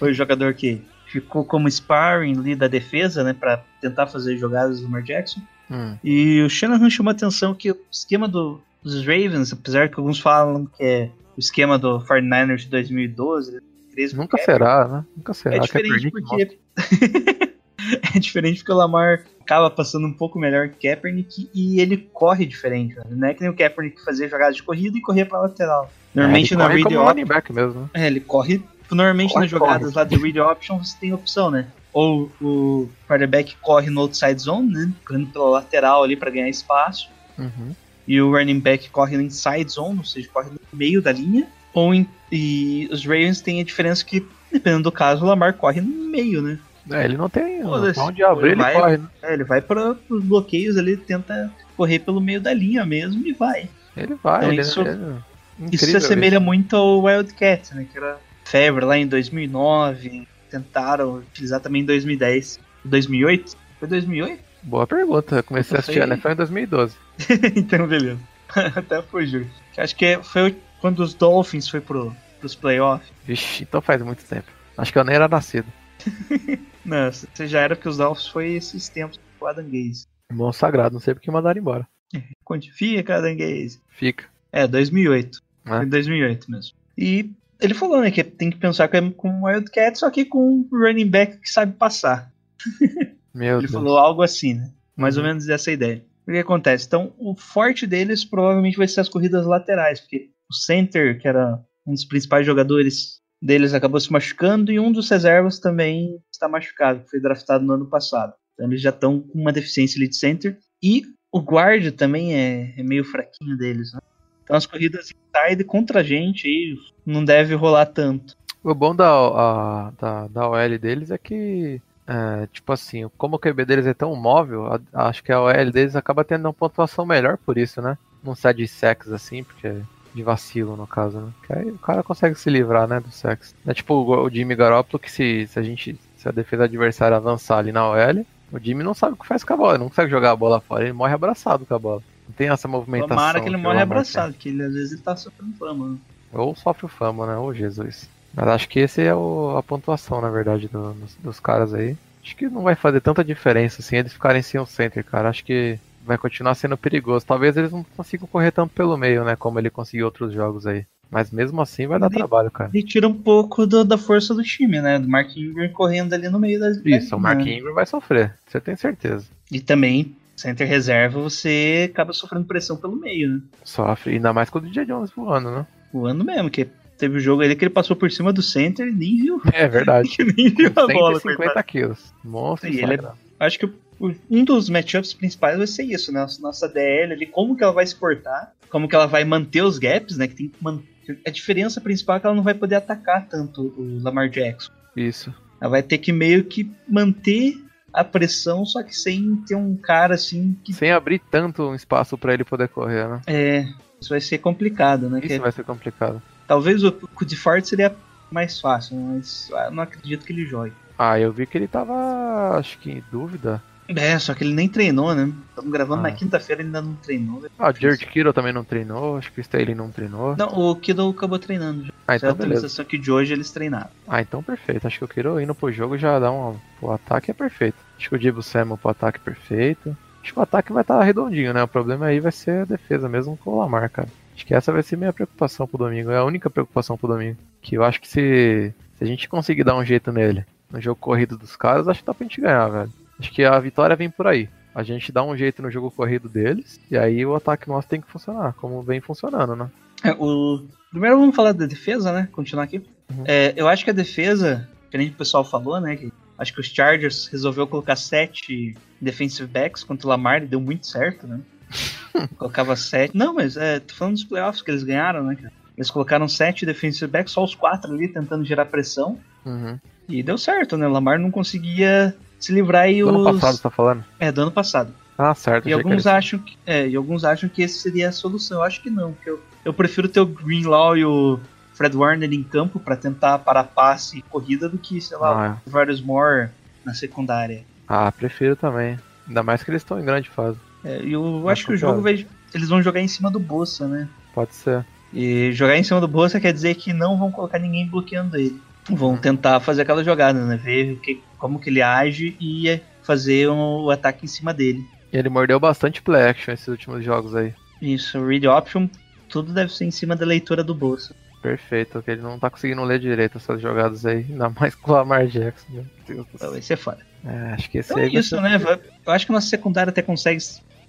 A: Foi o jogador que ficou como sparring ali da defesa, né, Pra tentar fazer jogadas do Lamar Jackson.
B: Hum.
A: E o Shanahan chamou a atenção que o esquema do- dos Ravens, apesar que alguns falam que é o esquema do 49ers de 2012, 2013,
B: Nunca
A: é,
B: será, né? Nunca será.
A: é
B: Quer
A: diferente
B: perder, mostra.
A: porque. é diferente porque o Lamar acaba passando um pouco melhor que o Kaepernick e ele corre diferente. né? Não é que nem o Kaepernick que fazia jogadas de corrida e corria pra lateral. Normalmente
B: É, ele
A: na
B: corre
A: read
B: como um
A: option.
B: running back mesmo, né?
A: É, ele corre. Normalmente
B: Corre,
A: nas jogadas lá de read option você tem opção, né? Ou o quarterback corre no outside zone, né? Correndo pela lateral ali pra ganhar espaço
B: Uhum.
A: e o running back corre na inside zone, ou seja, corre no meio da linha, ou em- e os Ravens têm a diferença que, dependendo do caso, o Lamar corre no meio, né?
B: É, ele não tem
A: Foda-se.
B: pra onde abrir, ele
A: Vai-
B: corre, né?
A: É, ele vai para os bloqueios ali, tenta correr pelo meio da linha mesmo e vai.
B: Ele vai,
A: Então,
B: ele, é
A: isso-
B: ele- Incrível
A: isso se assemelha muito ao Wildcat, né? Que era febre lá em 2009, tentaram utilizar também em 2010, 2008. Foi 2008?
B: Boa pergunta. Eu comecei a
A: Não
B: assistir a
A: sei.
B: NFL em 2012.
A: então, beleza. Até fugiu. Acho que é- foi o- quando os Dolphins foi pro, pros playoffs.
B: Vixe, então faz muito tempo. Acho que eu nem era nascido.
A: Não, você já era porque os Dolphins foi esses tempos com o Adam Gaze.
B: Mão sagrado, não sei porque mandaram embora.
A: Quantifica fica, Adam Gaze.
B: Fica.
A: É, 2008.
B: Ah.
A: Foi em 2008 mesmo. E ele falou, né, que tem que pensar com é com o Wildcat, só que com um running back que sabe passar.
B: Meu
A: ele
B: Deus.
A: falou algo assim, né? Mais
B: Uhum.
A: ou menos essa ideia. O que acontece? Então, o forte deles provavelmente vai ser as corridas laterais, porque o center, que era um dos principais jogadores deles, acabou se machucando e um dos reservas também está machucado, que foi draftado no ano passado. Então, eles já estão com uma deficiência ali de center. E o guard também é, é meio fraquinho deles, né? Então, as corridas inside contra a gente aí não deve rolar tanto.
B: O bom da, a- da, da OL deles é que, é, tipo assim, como o QB deles é tão móvel, a- acho que a OL deles acaba tendo uma pontuação melhor por isso, né? não cede sexo assim, porque de vacilo no caso, né? Que aí o cara consegue se livrar, né, do sexo. É tipo o o Jimmy Garoppolo que se, se a gente se a defesa adversária avançar ali na OL, o Jimmy não sabe o que faz com a bola, ele não consegue jogar a bola fora, ele morre abraçado com a bola. Não tem essa movimentação.
A: Tomara que ele
B: o
A: morre
B: Lamar tem.
A: abraçado, que ele às vezes ele tá sofrendo fama. né?
B: Ou sofre o fama, né? Ou Jesus. Mas acho que esse é o- a pontuação, na verdade, do- dos, dos caras aí. Acho que não vai fazer tanta diferença assim eles ficarem sem o center, cara. Acho que vai continuar sendo perigoso. Talvez eles não consigam correr tanto pelo meio, né? Como ele conseguiu outros jogos aí. Mas mesmo assim vai dar
A: Nem-
B: trabalho, cara.
A: Ele tira um pouco do- da força do time, né? Do Mark Ingram correndo ali no meio das
B: Isso, o Mark
A: né?
B: Ingram vai sofrer, você tem certeza.
A: E também, center reserva, você acaba sofrendo pressão pelo meio, né?
B: Sofre, ainda mais com o DJ Jones voando, né?
A: Voando mesmo, que teve o jogo ali que ele passou por cima do center e nem viu.
B: É verdade.
A: Que nem viu a bola,
B: 150 quilos. Monstro,
A: E ele é-
B: sagrado.
A: Acho que o- um dos matchups principais vai ser isso, né? Nossa- Nossa DL ali, como que ela vai se portar, como que ela vai manter os gaps, né? Que tem que man- A diferença principal é que ela não vai poder atacar tanto o Lamar Jackson.
B: Isso.
A: Ela vai ter que meio que manter a pressão, só que sem ter um cara assim que.
B: Sem abrir tanto um espaço pra ele poder correr, né?
A: É, isso vai ser complicado, né?
B: Isso
A: Que-
B: vai ser complicado.
A: Talvez o Cudifort seria mais fácil, mas ah, não acredito que ele jogue.
B: Ah, eu vi que ele tava, acho que em dúvida.
A: É, só que ele nem treinou, né? Estamos gravando
B: Ah.
A: na quinta-feira, ele ainda não treinou. né?
B: Ah, o Jared Kittle também não treinou, acho que o Staley não treinou.
A: Não, o Kido acabou treinando. já.
B: ah,
A: Então, a
B: então beleza.
A: atualização que de hoje eles treinaram.
B: Ah, então perfeito. Acho que o Kittle indo pro jogo já dá um... O ataque é perfeito. Acho que o Divo Samuel pro ataque é perfeito. Acho que o ataque vai estar redondinho, né? O problema aí vai ser a defesa mesmo com o Lamar, cara. Acho que essa vai ser minha preocupação pro domingo. É a única preocupação pro domingo. Que eu acho que se, se a gente conseguir dar um jeito nele, no jogo corrido dos caras, acho que dá pra gente ganhar, velho. Acho que a vitória vem por aí. A gente dá um jeito no jogo corrido deles, e aí o ataque nosso tem que funcionar, como vem funcionando, né?
A: É, o... Primeiro vamos falar da defesa, né? Continuar aqui.
B: Uhum.
A: É, eu acho que a defesa, que nem o pessoal falou, né? que acho que os Chargers resolveu colocar sete defensive backs contra o Lamar e deu muito certo, né? Colocava sete. Não, mas é, tô falando dos playoffs que eles ganharam, né? cara? Eles colocaram sete defensive backs, só os quatro ali tentando gerar pressão.
B: Uhum.
A: E deu certo, né? O Lamar não conseguia se livrar e
B: Do ano
A: os.
B: passado, você tá falando?
A: É, do ano passado.
B: Ah, certo.
A: E
B: achei que
A: alguns,
B: era-
A: acham que, é, e alguns acham que esse seria a solução. Eu acho que não, porque eu, eu prefiro ter o Greenlaw e o Fred Warner em campo pra tentar parar passe e corrida do que, sei lá,
B: Ah,
A: o Varus Moore na secundária.
B: Ah, prefiro também. Ainda mais que eles estão em grande fase.
A: É, e eu
B: Mas
A: acho que o jogo vai, eles vão jogar em cima do Bolsa, né?
B: Pode ser.
A: E jogar em cima do Bolsa quer dizer que não vão colocar ninguém bloqueando ele. Vão tentar fazer aquela jogada, né? Ver o que, como que ele age e é, fazer um, o ataque em cima dele.
B: E ele mordeu bastante play action esses últimos jogos aí.
A: Isso, read option, tudo deve ser em cima da leitura do Bolsa.
B: Perfeito, que ele não tá conseguindo ler direito essas jogadas aí. Ainda mais com o Lamar Jackson. Meu Deus do
A: Então,
B: céu.
A: Esse é foda.
B: É, acho que esse
A: Então é
B: aí vai
A: isso,
B: ser-
A: né? Vai- Eu acho que nossa secundária até consegue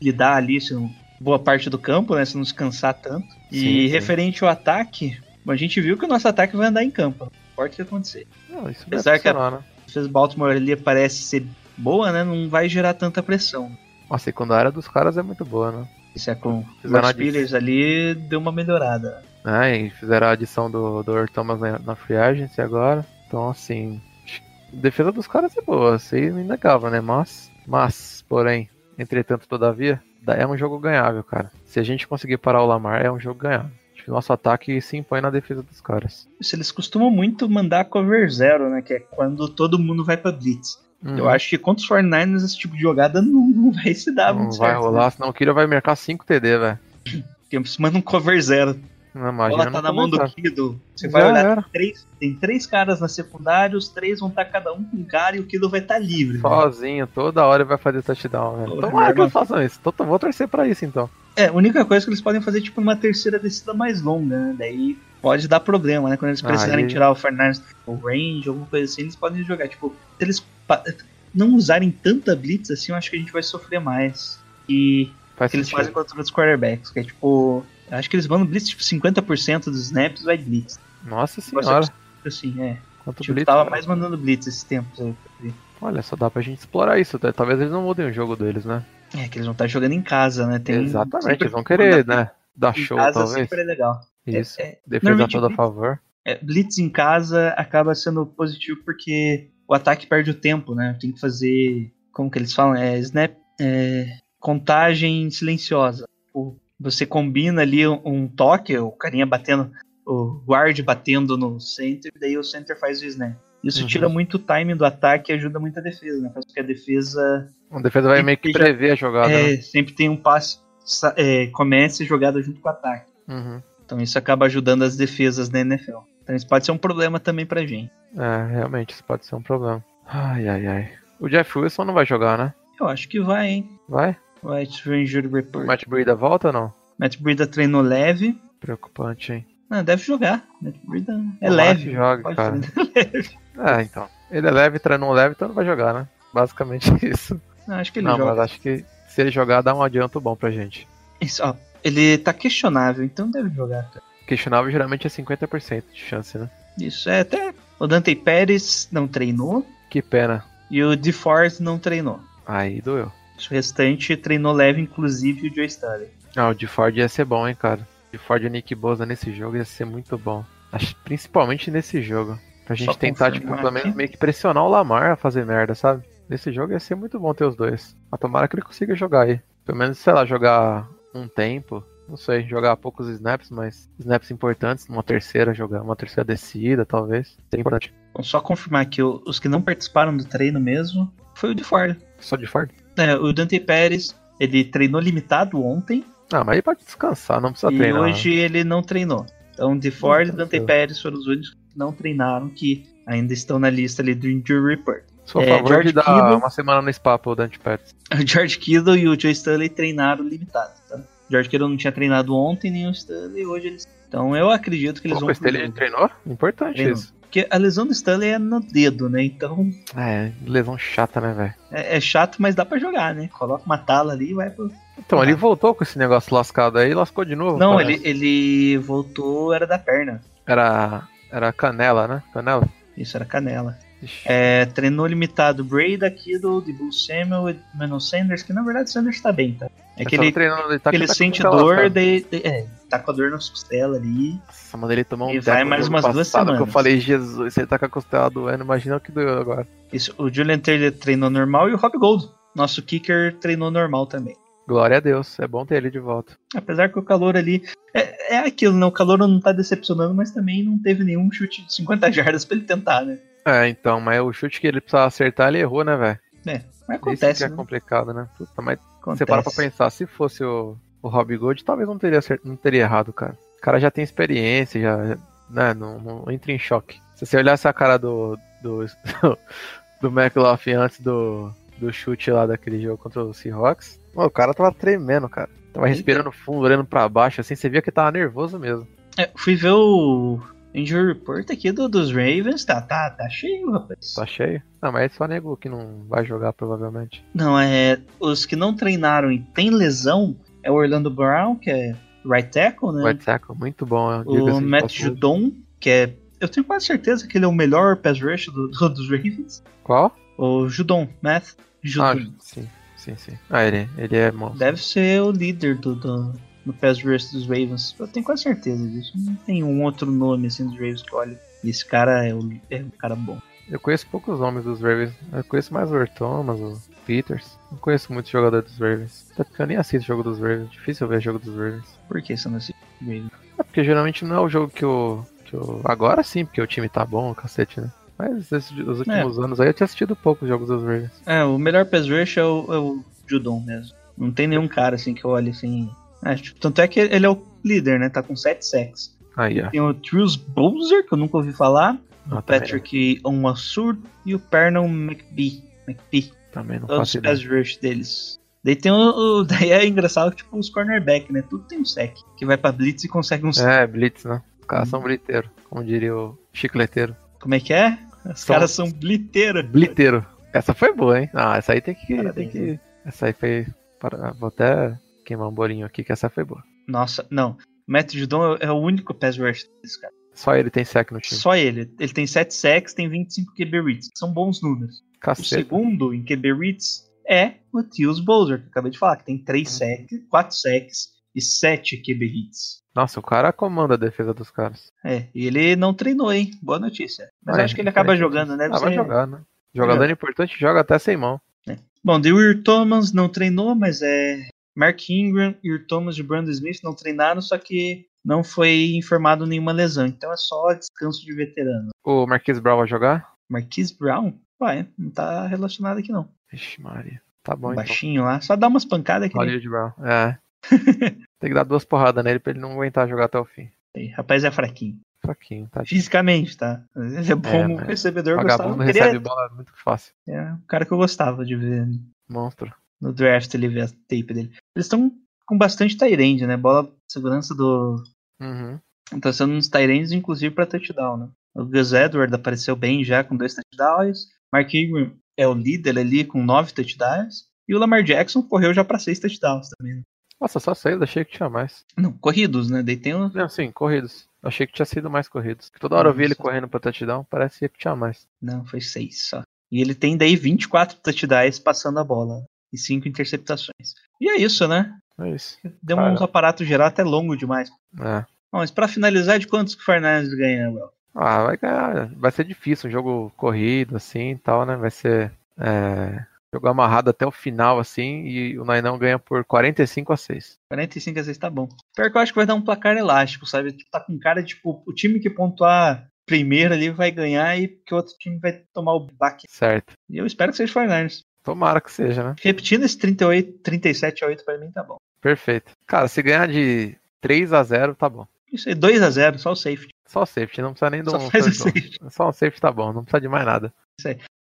A: lidar ali se não- boa parte do campo, né? Se não se cansar tanto. E
B: Sim, sim.
A: referente ao ataque, a gente viu que o nosso ataque vai andar em campo. Não importa o que acontecer.
B: Não, isso vai
A: Apesar que-
B: funcionar, né?
A: A defesa do Baltimore ali parece ser boa, né? Não vai gerar tanta pressão.
B: A secundária dos caras é muito boa, né?
A: Isso é com
B: Fizeram
A: os
B: a
A: Pillars ali, deu uma melhorada.
B: né? E fizeram a adição do, do Earl Thomas na, na Free Agency agora. Então, assim, acho que a defesa dos caras é boa, isso aí não negava, né? Mas, mas, porém, entretanto, todavia, dá- é um jogo ganhável, cara. Se a gente conseguir parar o Lamar, é um jogo ganhável. Acho que o nosso ataque se impõe na defesa dos caras.
A: Isso, Eles costumam muito mandar cover zero, né? Que é quando todo mundo vai pra Blitz. Eu
B: Uhum.
A: acho que contra os 49ers esse tipo de jogada não, não vai se dar
B: Não
A: muito
B: vai
A: certo. né?
B: rolar, senão o Kira vai marcar 5 TD, velho.
A: Porque você manda um cover zero.
B: Não
A: A
B: imagina.
A: bola tá
B: não
A: na mão do
B: começar.
A: Kido. Você
B: Já
A: vai olhar,
B: era.
A: três, tem três caras na secundária, os três vão estar cada um com um cara e o Kido vai estar livre. né?
B: Sozinho, toda hora ele vai fazer touchdown, velho.
A: Porra,
B: Tomara que
A: meu
B: eles façam isso. Tô- tô- Vou torcer pra isso, então.
A: É, a única coisa que eles podem fazer é tipo uma terceira descida mais longa, né? Daí pode dar problema, né? Quando eles precisarem
B: Aí-
A: tirar o Fernandes, o range, alguma coisa assim, eles podem jogar. Tipo, se eles pa- não usarem tanta blitz assim, eu acho que a gente vai sofrer mais. E
B: Faz
A: que eles fazem
B: sentido.
A: contra outros quarterbacks, que é tipo. eu Acho que eles mandam blitz, tipo, 50% dos snaps vai blitz.
B: Nossa
A: Você-
B: senhora.
A: Assim, é.
B: Quanto
A: Tipo,
B: blitz,
A: tava
B: né?
A: mais mandando blitz esses tempos aí.
B: Olha, só dá pra gente explorar isso. tá? Talvez eles não mudem o jogo deles, né?
A: É, que eles vão estar jogando em casa, né? Tem-
B: Exatamente,
A: sempre-
B: eles vão querer, né? Dar
A: Em
B: show,
A: casa
B: talvez.
A: sempre é legal.
B: Isso.
A: É, é,
B: Defesa
A: normalmente
B: toda a
A: blitz-
B: favor.
A: é, blitz em casa acaba sendo positivo porque o ataque perde o tempo, né? Tem que fazer. Como que eles falam? É snap. é, contagem silenciosa. Tipo, Você combina ali um, um toque, o carinha batendo, o guard batendo no center, daí o center faz o snap. Isso
B: Uhum.
A: tira muito o time do ataque e ajuda muito a defesa, né? Faz com que a defesa
B: A defesa vai meio que
A: Ele já-
B: prever a jogada.
A: é,
B: né?
A: sempre tem um passe, sa- é, comece a jogada junto com o ataque.
B: Uhum.
A: Então isso acaba ajudando as defesas da NFL. Então isso pode ser um problema também pra gente.
B: É, realmente, isso pode ser um problema. Ai, ai, ai. O Jeff Wilson não vai jogar, né?
A: Eu acho que vai, hein?
B: Vai?
A: Vai, Stranger
B: O
A: Report.
B: Matt Breida volta ou não?
A: Matt Breda treinou leve.
B: Preocupante, hein?
A: Não, deve jogar. Matt Breida é
B: Tomara
A: leve.
B: que jogue,
A: pode
B: cara.
A: treinar.
B: É, então. Ele é leve, treinou leve, então não vai jogar, né? Basicamente isso.
A: Não, acho que ele
B: não,
A: joga.
B: mas acho que se ele jogar, dá um adianto bom pra gente.
A: Isso, ó, ele tá questionável, então deve jogar. Cara.
B: Questionável geralmente é 50% de chance, né?
A: Isso é até. O Dante Pérez não treinou
B: Que pena.
A: e o DeForest não treinou.
B: Aí doeu.
A: O restante treinou leve, inclusive o Joe Staley.
B: Ah, o de Ford ia ser bom, hein, cara. De Ford e Nick Bosa nesse jogo ia ser muito bom. Acho- principalmente nesse jogo. Pra gente
A: Só
B: tentar,
A: confirmar
B: tipo, pelo menos
A: aqui.
B: meio que pressionar o Lamar a fazer merda, sabe? Nesse jogo ia ser muito bom ter os dois. A tomara que ele consiga jogar aí. Pelo menos, sei lá, jogar um tempo. Não sei, jogar poucos snaps, mas snaps importantes, uma terceira jogar, uma terceira descida, talvez. Seria importante.
A: Bom, só confirmar que o- os que não participaram do treino mesmo foi o DeForest.
B: Só de Ford?
A: É, o Dante Pérez, ele treinou limitado ontem
B: Ah, mas ele pode descansar, não precisa
A: e
B: treinar. né?
A: hoje ele não treinou. Então, DeFord e
B: Não,
A: Dante
B: tranquilo.
A: Pérez foram os únicos que não treinaram, que ainda estão na lista ali do Injury Report.
B: Sou a
A: é,
B: favor
A: George
B: de dar
A: Kittle.
B: uma semana no spa pro Dante Pérez.
A: O George Kittle e o Joe Stanley treinaram limitado, tá? O George Kittle não tinha treinado ontem, nem o Stanley hoje eles. Então eu acredito que eles
B: Pô,
A: vão.
B: mas
A: pro
B: ele é
A: jogo.
B: treinou? Importante
A: Treinou.
B: isso.
A: Porque a lesão do Stanley é no dedo, né? Então
B: É, lesão chata, né, velho?
A: é, é chato, mas dá pra jogar, né? Coloca uma tala ali e vai pro.
B: Então, ele voltou com esse negócio lascado aí, lascou de novo.
A: É. Não,
B: parece.
A: ele, ele voltou, era da perna.
B: Era, era canela, né? Canela?
A: Isso era canela.
B: Ixi.
A: É, treinou limitado Breda, Kittle, Debo Samuel, Manon Sanders, que na verdade o Sanders tá bem, tá? É que
B: Essa
A: ele,
B: treino, tá
A: que ele
B: tá com
A: sente
B: aquela
A: dor,
B: lascada.
A: daí, daí- é, tá com a dor nas costelas ali.
B: Nossa, mano, ele tomou um
A: E vai
B: teco
A: mais
B: no
A: umas duas
B: passado Que eu
A: semanas.
B: falei, Jesus, ele tá com a costela doendo, imagina o que doeu agora.
A: Isso, o Julian Taylor treinou normal e o Rob Gold, nosso kicker, treinou normal também.
B: Glória a Deus, é bom ter ele de volta.
A: Apesar que o calor ali. É, é aquilo, né? O calor não tá decepcionando, mas também não teve nenhum chute de 50 jardas pra ele tentar, né?
B: É, então, mas o chute que ele precisava acertar, ele errou, né, velho?
A: Mas
B: Isso
A: acontece,
B: que é
A: né?
B: complicado, né? Puta, mas
A: Acontece.
B: você para pra pensar, se fosse o, o Rob Gold, talvez não teria, acert... não teria errado, cara. O cara já tem experiência, já. Né, não, não entra em choque. Se você olhasse a cara do. do, do McLaughlin antes do, do chute lá daquele jogo contra o Seahawks, pô, o cara tava tremendo, cara. Tava
A: Eita.
B: respirando fundo, olhando pra baixo, assim, você via que tava nervoso mesmo.
A: É, fui ver o Injury Report aqui do, dos Ravens, tá, tá, tá cheio, rapaz.
B: Tá cheio? Não, mas é só nego que não vai jogar, provavelmente.
A: Não, é. Os que não treinaram e tem lesão é o Orlando Brown, que é right tackle, né?
B: White Saco, muito bom, eu digo
A: O
B: assim,
A: Matt
B: passou.
A: Judon, que é. Eu tenho quase certeza que ele é o melhor pass rush do- do- dos Ravens.
B: Qual?
A: O Judon, Matt Judon.
B: Ah, sim, sim, sim. Ah, ele, ele é monstro.
A: Deve ser o líder do, do, do pass rush dos Ravens. Eu tenho quase certeza disso. Não tem um outro nome assim dos Ravens que olha. Esse cara é, o, é um cara bom.
B: Eu conheço poucos nomes dos Ravens. Eu conheço mais o Thomas, o Peters. Não conheço muito jogador dos Ravens. Até porque eu nem assisto jogo dos Ravens. Difícil eu ver jogo dos Ravens.
A: Por que você não assiste os Ravens?
B: É porque geralmente não é o jogo que eu. Que eu... Agora sim, porque o time tá bom, cacete, né? Mas esses, os últimos anos aí eu tinha assistido poucos jogos dos Ravens.
A: É, o melhor pass rush é o, é o Judon mesmo. Não tem nenhum cara assim que eu olhe assim. É, tipo, tanto é que ele é o líder, né? Tá com 7 sacks.
B: Aí, ó.
A: Tem o Truce Bowser, que eu nunca ouvi falar.
B: Ah,
A: o Patrick Onwassur e o Pernal McBee. McBee.
B: Também não, também não
A: Todos
B: faço
A: os
B: ideia.
A: pass rush deles. Daí tem o, o- Daí é engraçado que tipo, os cornerback, né? Tudo tem um sec. Que vai pra Blitz e consegue um sec.
B: É, Blitz, né? Os caras
A: Hum.
B: são bliteiro, como diria o chicleteiro.
A: Como é que é? Os
B: São-
A: caras são bliteira.
B: Bliteiro. Essa foi boa, hein? Ah, essa aí tem que.
A: Parabéns,
B: tem que... Essa aí foi. para- Vou até queimar um bolinho aqui, que essa foi boa.
A: Nossa, não. O Matt Judon é é o único pass rush desse cara.
B: Só ele tem sec no time.
A: Só ele. Ele tem 7 sacks, tem 25 QB reads. que São bons números. O
B: Cacete.
A: segundo em QB reads é o Tios Bowser, que eu acabei de falar, que tem
B: Uhum.
A: 3 sacks, 4 sacks e 7 QB hits.
B: Nossa, o cara comanda a defesa dos caras.
A: É, e ele não treinou, hein? Boa notícia. Mas
B: É,
A: eu acho que ele acaba
B: diferente.
A: jogando, né?
B: Ah, vai jogar, né? Jogador importante joga até sem mão.
A: Bom, The Will Thomas não treinou, mas é Mark Ingram e o Thomas de Brandon Smith não treinaram, só que não foi informado nenhuma lesão. Então é só descanso de veterano.
B: O Marquis Brown vai jogar?
A: Marquise Brown? Vai, não tá relacionado aqui não.
B: Vixe, Maria. Tá bom, então.
A: Baixinho lá. Só dá umas pancadas aqui.
B: Hollywood Brown. É. Tem que dar duas porradas nele pra ele não aguentar jogar até o fim.
A: Ei, Rapaz é fraquinho.
B: Fraquinho, tá?
A: Fisicamente, tá? Às vezes é bom
B: É,
A: o
B: mas
A: recebedor gostava.
B: Vagabundo
A: Eu Queria...
B: recebe bola muito fácil.
A: É o cara que eu gostava de ver
B: Monstro.
A: no draft ele ver a tape dele. Eles estão com bastante Tyrande, né? Bola de segurança do.
B: Uhum.
A: Tá sendo uns Tyrands, inclusive, pra touchdown, né? O Gus Edward apareceu bem já com dois touchdowns. Mark Ingram é o líder ali com nove touchdowns. E o Lamar Jackson correu já pra seis touchdowns também. né?
B: Nossa, só seis, achei que tinha mais.
A: Não, corridos, né? Daí tem o
B: Não, sim, corridos. Achei que tinha sido mais corridos. Toda hora eu vi ele
A: Nossa.
B: correndo pra touchdown, parecia que tinha mais.
A: Não, foi seis só. E ele tem daí 24 touchdowns passando a bola e cinco interceptações. E é isso, né?
B: É isso.
A: Deu
B: Cara.
A: uns aparatos geral até longo demais.
B: É.
A: Bom, mas pra finalizar, de quantos que o Fernandes ganha, Léo?
B: Ah, vai ganhar. Vai ser difícil, um jogo corrido, assim e tal, né? Vai ser é, jogo amarrado até o final, assim, e o Nainão ganha por 45 a 6.
A: 45 às vezes tá bom. Pior que eu acho que vai dar um placar elástico, sabe? Tipo, Tá com cara de tipo, o time que pontuar primeiro ali vai ganhar e que o outro time vai tomar o baque.
B: Certo.
A: E eu espero que seja o Fernandes. Tomara.
B: Tomara que seja, né?
A: Repetindo esse 38, 37 a 8 pra mim tá bom.
B: Perfeito. Cara, se ganhar de 3 a 0 tá bom.
A: Isso aí, 2 a 0 só o safety.
B: Só safety, não precisa nem de
A: Só
B: um
A: faz o
B: touchdown.
A: safety.
B: Só um safety tá bom, não precisa de mais nada.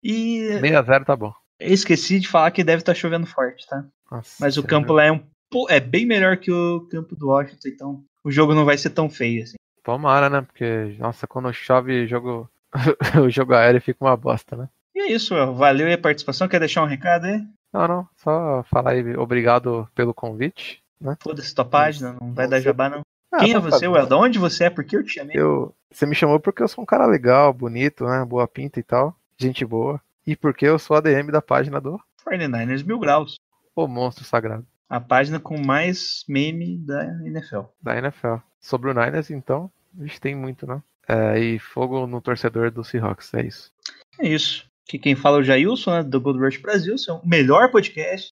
A: E
B: 6 a 0 tá bom.
A: Eu esqueci de falar que deve estar chovendo forte, tá?
B: Nossa,
A: Mas o campo lá é, um, po- é bem melhor que o campo do Washington, então o jogo não vai ser tão feio assim.
B: Tomara, né? Porque, nossa, quando chove, jogo... o jogo aéreo fica uma bosta, né?
A: E é isso, Léo. valeu aí a participação. Quer deixar um recado aí?
B: Não, não, só falar aí, obrigado pelo convite. Né?
A: Foda-se tua página, não vai
B: Não
A: dar
B: sei.
A: jabá não.
B: Ah,
A: Quem é
B: tá
A: você,
B: bom.
A: Well? De onde você é? Por que eu te chamei?
B: Eu, você me chamou porque eu sou um cara legal, bonito, né? Boa pinta e tal. Gente boa. E porque eu sou ADM da página do
A: 49ers Mil Graus.
B: O Monstro Sagrado,
A: A página com mais meme da NFL.
B: da NFL. Sobre o Niners, então, a gente tem muito, né? É, e fogo no torcedor do Seahawks, é isso.
A: É isso. Que quem fala é o Jailson, né? Do Gold Rush Brasil, seu melhor podcast.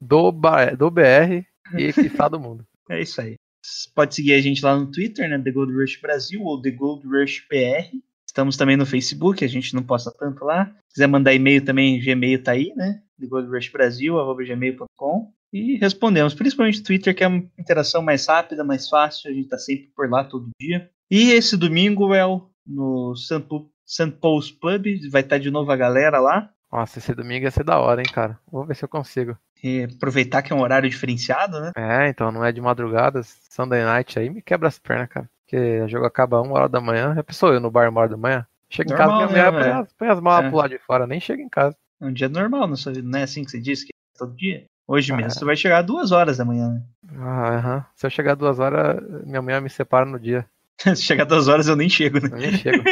B: Do, Ba- do BR e que está do mundo.
A: É isso aí. S- Pode seguir a gente lá no Twitter, né? The Gold Rush Brasil ou The Gold Rush PR. Estamos também no Facebook, a gente não posta tanto lá. Se quiser mandar e-mail também, Gmail tá aí, né? The Gold Rush Brasil, arroba gmail.com. E respondemos, principalmente no Twitter, que é uma interação mais rápida, mais fácil. A gente tá sempre por lá todo dia. E esse domingo é o no St. Pu- St. Paul's Pub, vai estar de novo a galera lá.
B: Nossa, esse domingo ia ser da hora, hein, cara. Vou ver se eu consigo.
A: E aproveitar que é um horário diferenciado, né?
B: É, então, não é de madrugada, Sunday night aí me quebra as pernas, cara. Porque o jogo acaba uma hora da manhã. Já pensou eu no bar uma hora da manhã? Chega em casa,
A: Normal,
B: minha
A: né,
B: mulher põe
A: velho?
B: as- põe as malas
A: É.
B: pro lado de fora, nem chega em casa.
A: É um dia normal na sua vida, não é assim que você diz que é todo dia? Hoje
B: Ah.
A: mesmo, você vai chegar às duas horas da manhã, né?
B: Ah, aham. Se eu chegar duas horas, minha mãe me separa no dia.
A: Se chegar duas horas eu nem chego, né?
B: Eu nem chego.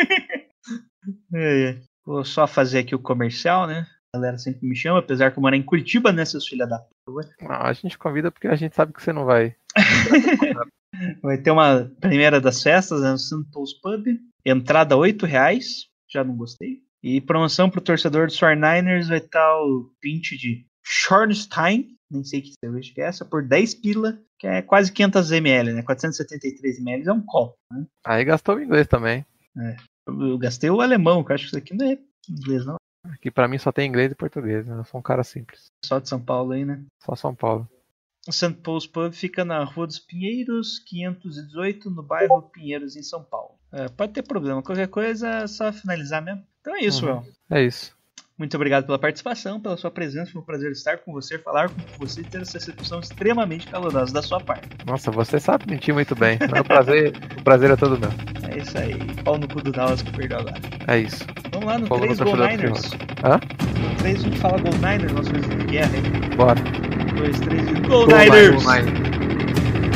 A: É, é. Vou só fazer aqui o comercial, né? A galera sempre me chama, apesar que eu moro em Curitiba, né, seus filha da p***?
B: Não, Ah, a gente convida porque a gente sabe que você não vai.
A: Vai ter uma primeira das festas, né, no Santos Pub. Entrada R$ 8 reais, já não gostei. E promoção pro torcedor do Star Niners vai estar o pint de Schornstein, nem sei que cerveja que é essa, por 10 pila, que é quase 500 ml, né? 473 ml é um copo.
B: Aí gastou o inglês também.
A: Eu eu gastei o alemão, que eu acho que isso aqui não é inglês, não.
B: Que pra mim só tem inglês e português. né? Eu sou um cara simples.
A: Só de São Paulo aí, né?
B: Só São Paulo.
A: O St. Paul's Pub fica na Rua dos Pinheiros, 518, no bairro Pinheiros, em São Paulo. É, pode ter problema, qualquer coisa é só finalizar mesmo. Então é isso,
B: Uhum.
A: Will.
B: É isso.
A: Muito obrigado pela participação, pela sua presença. Foi um prazer estar com você, falar com você e ter essa recepção extremamente calorosa da sua parte.
B: Nossa, você sabe mentir muito bem. Mas o prazer, o prazer é todo meu.
A: É isso aí. Pau no cu do Dallas que perdeu agora.
B: É isso.
A: Vamos lá no
B: Paulo
A: 3
B: no
A: Gold
B: torcedor do
A: Niners.
B: Hã?
A: No 3 a gente fala Gold Niners, nosso jogo de guerra.
B: Bora.
A: 1, 2, 3 e Gold
B: Go
A: Niners!
B: Niners, go Niners.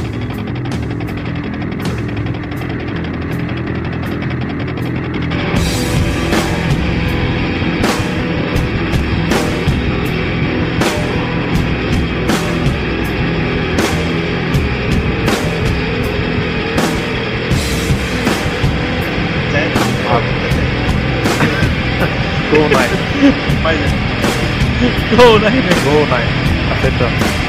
A: Go Niners! Go Niners!
B: Go Niners. Acertamos.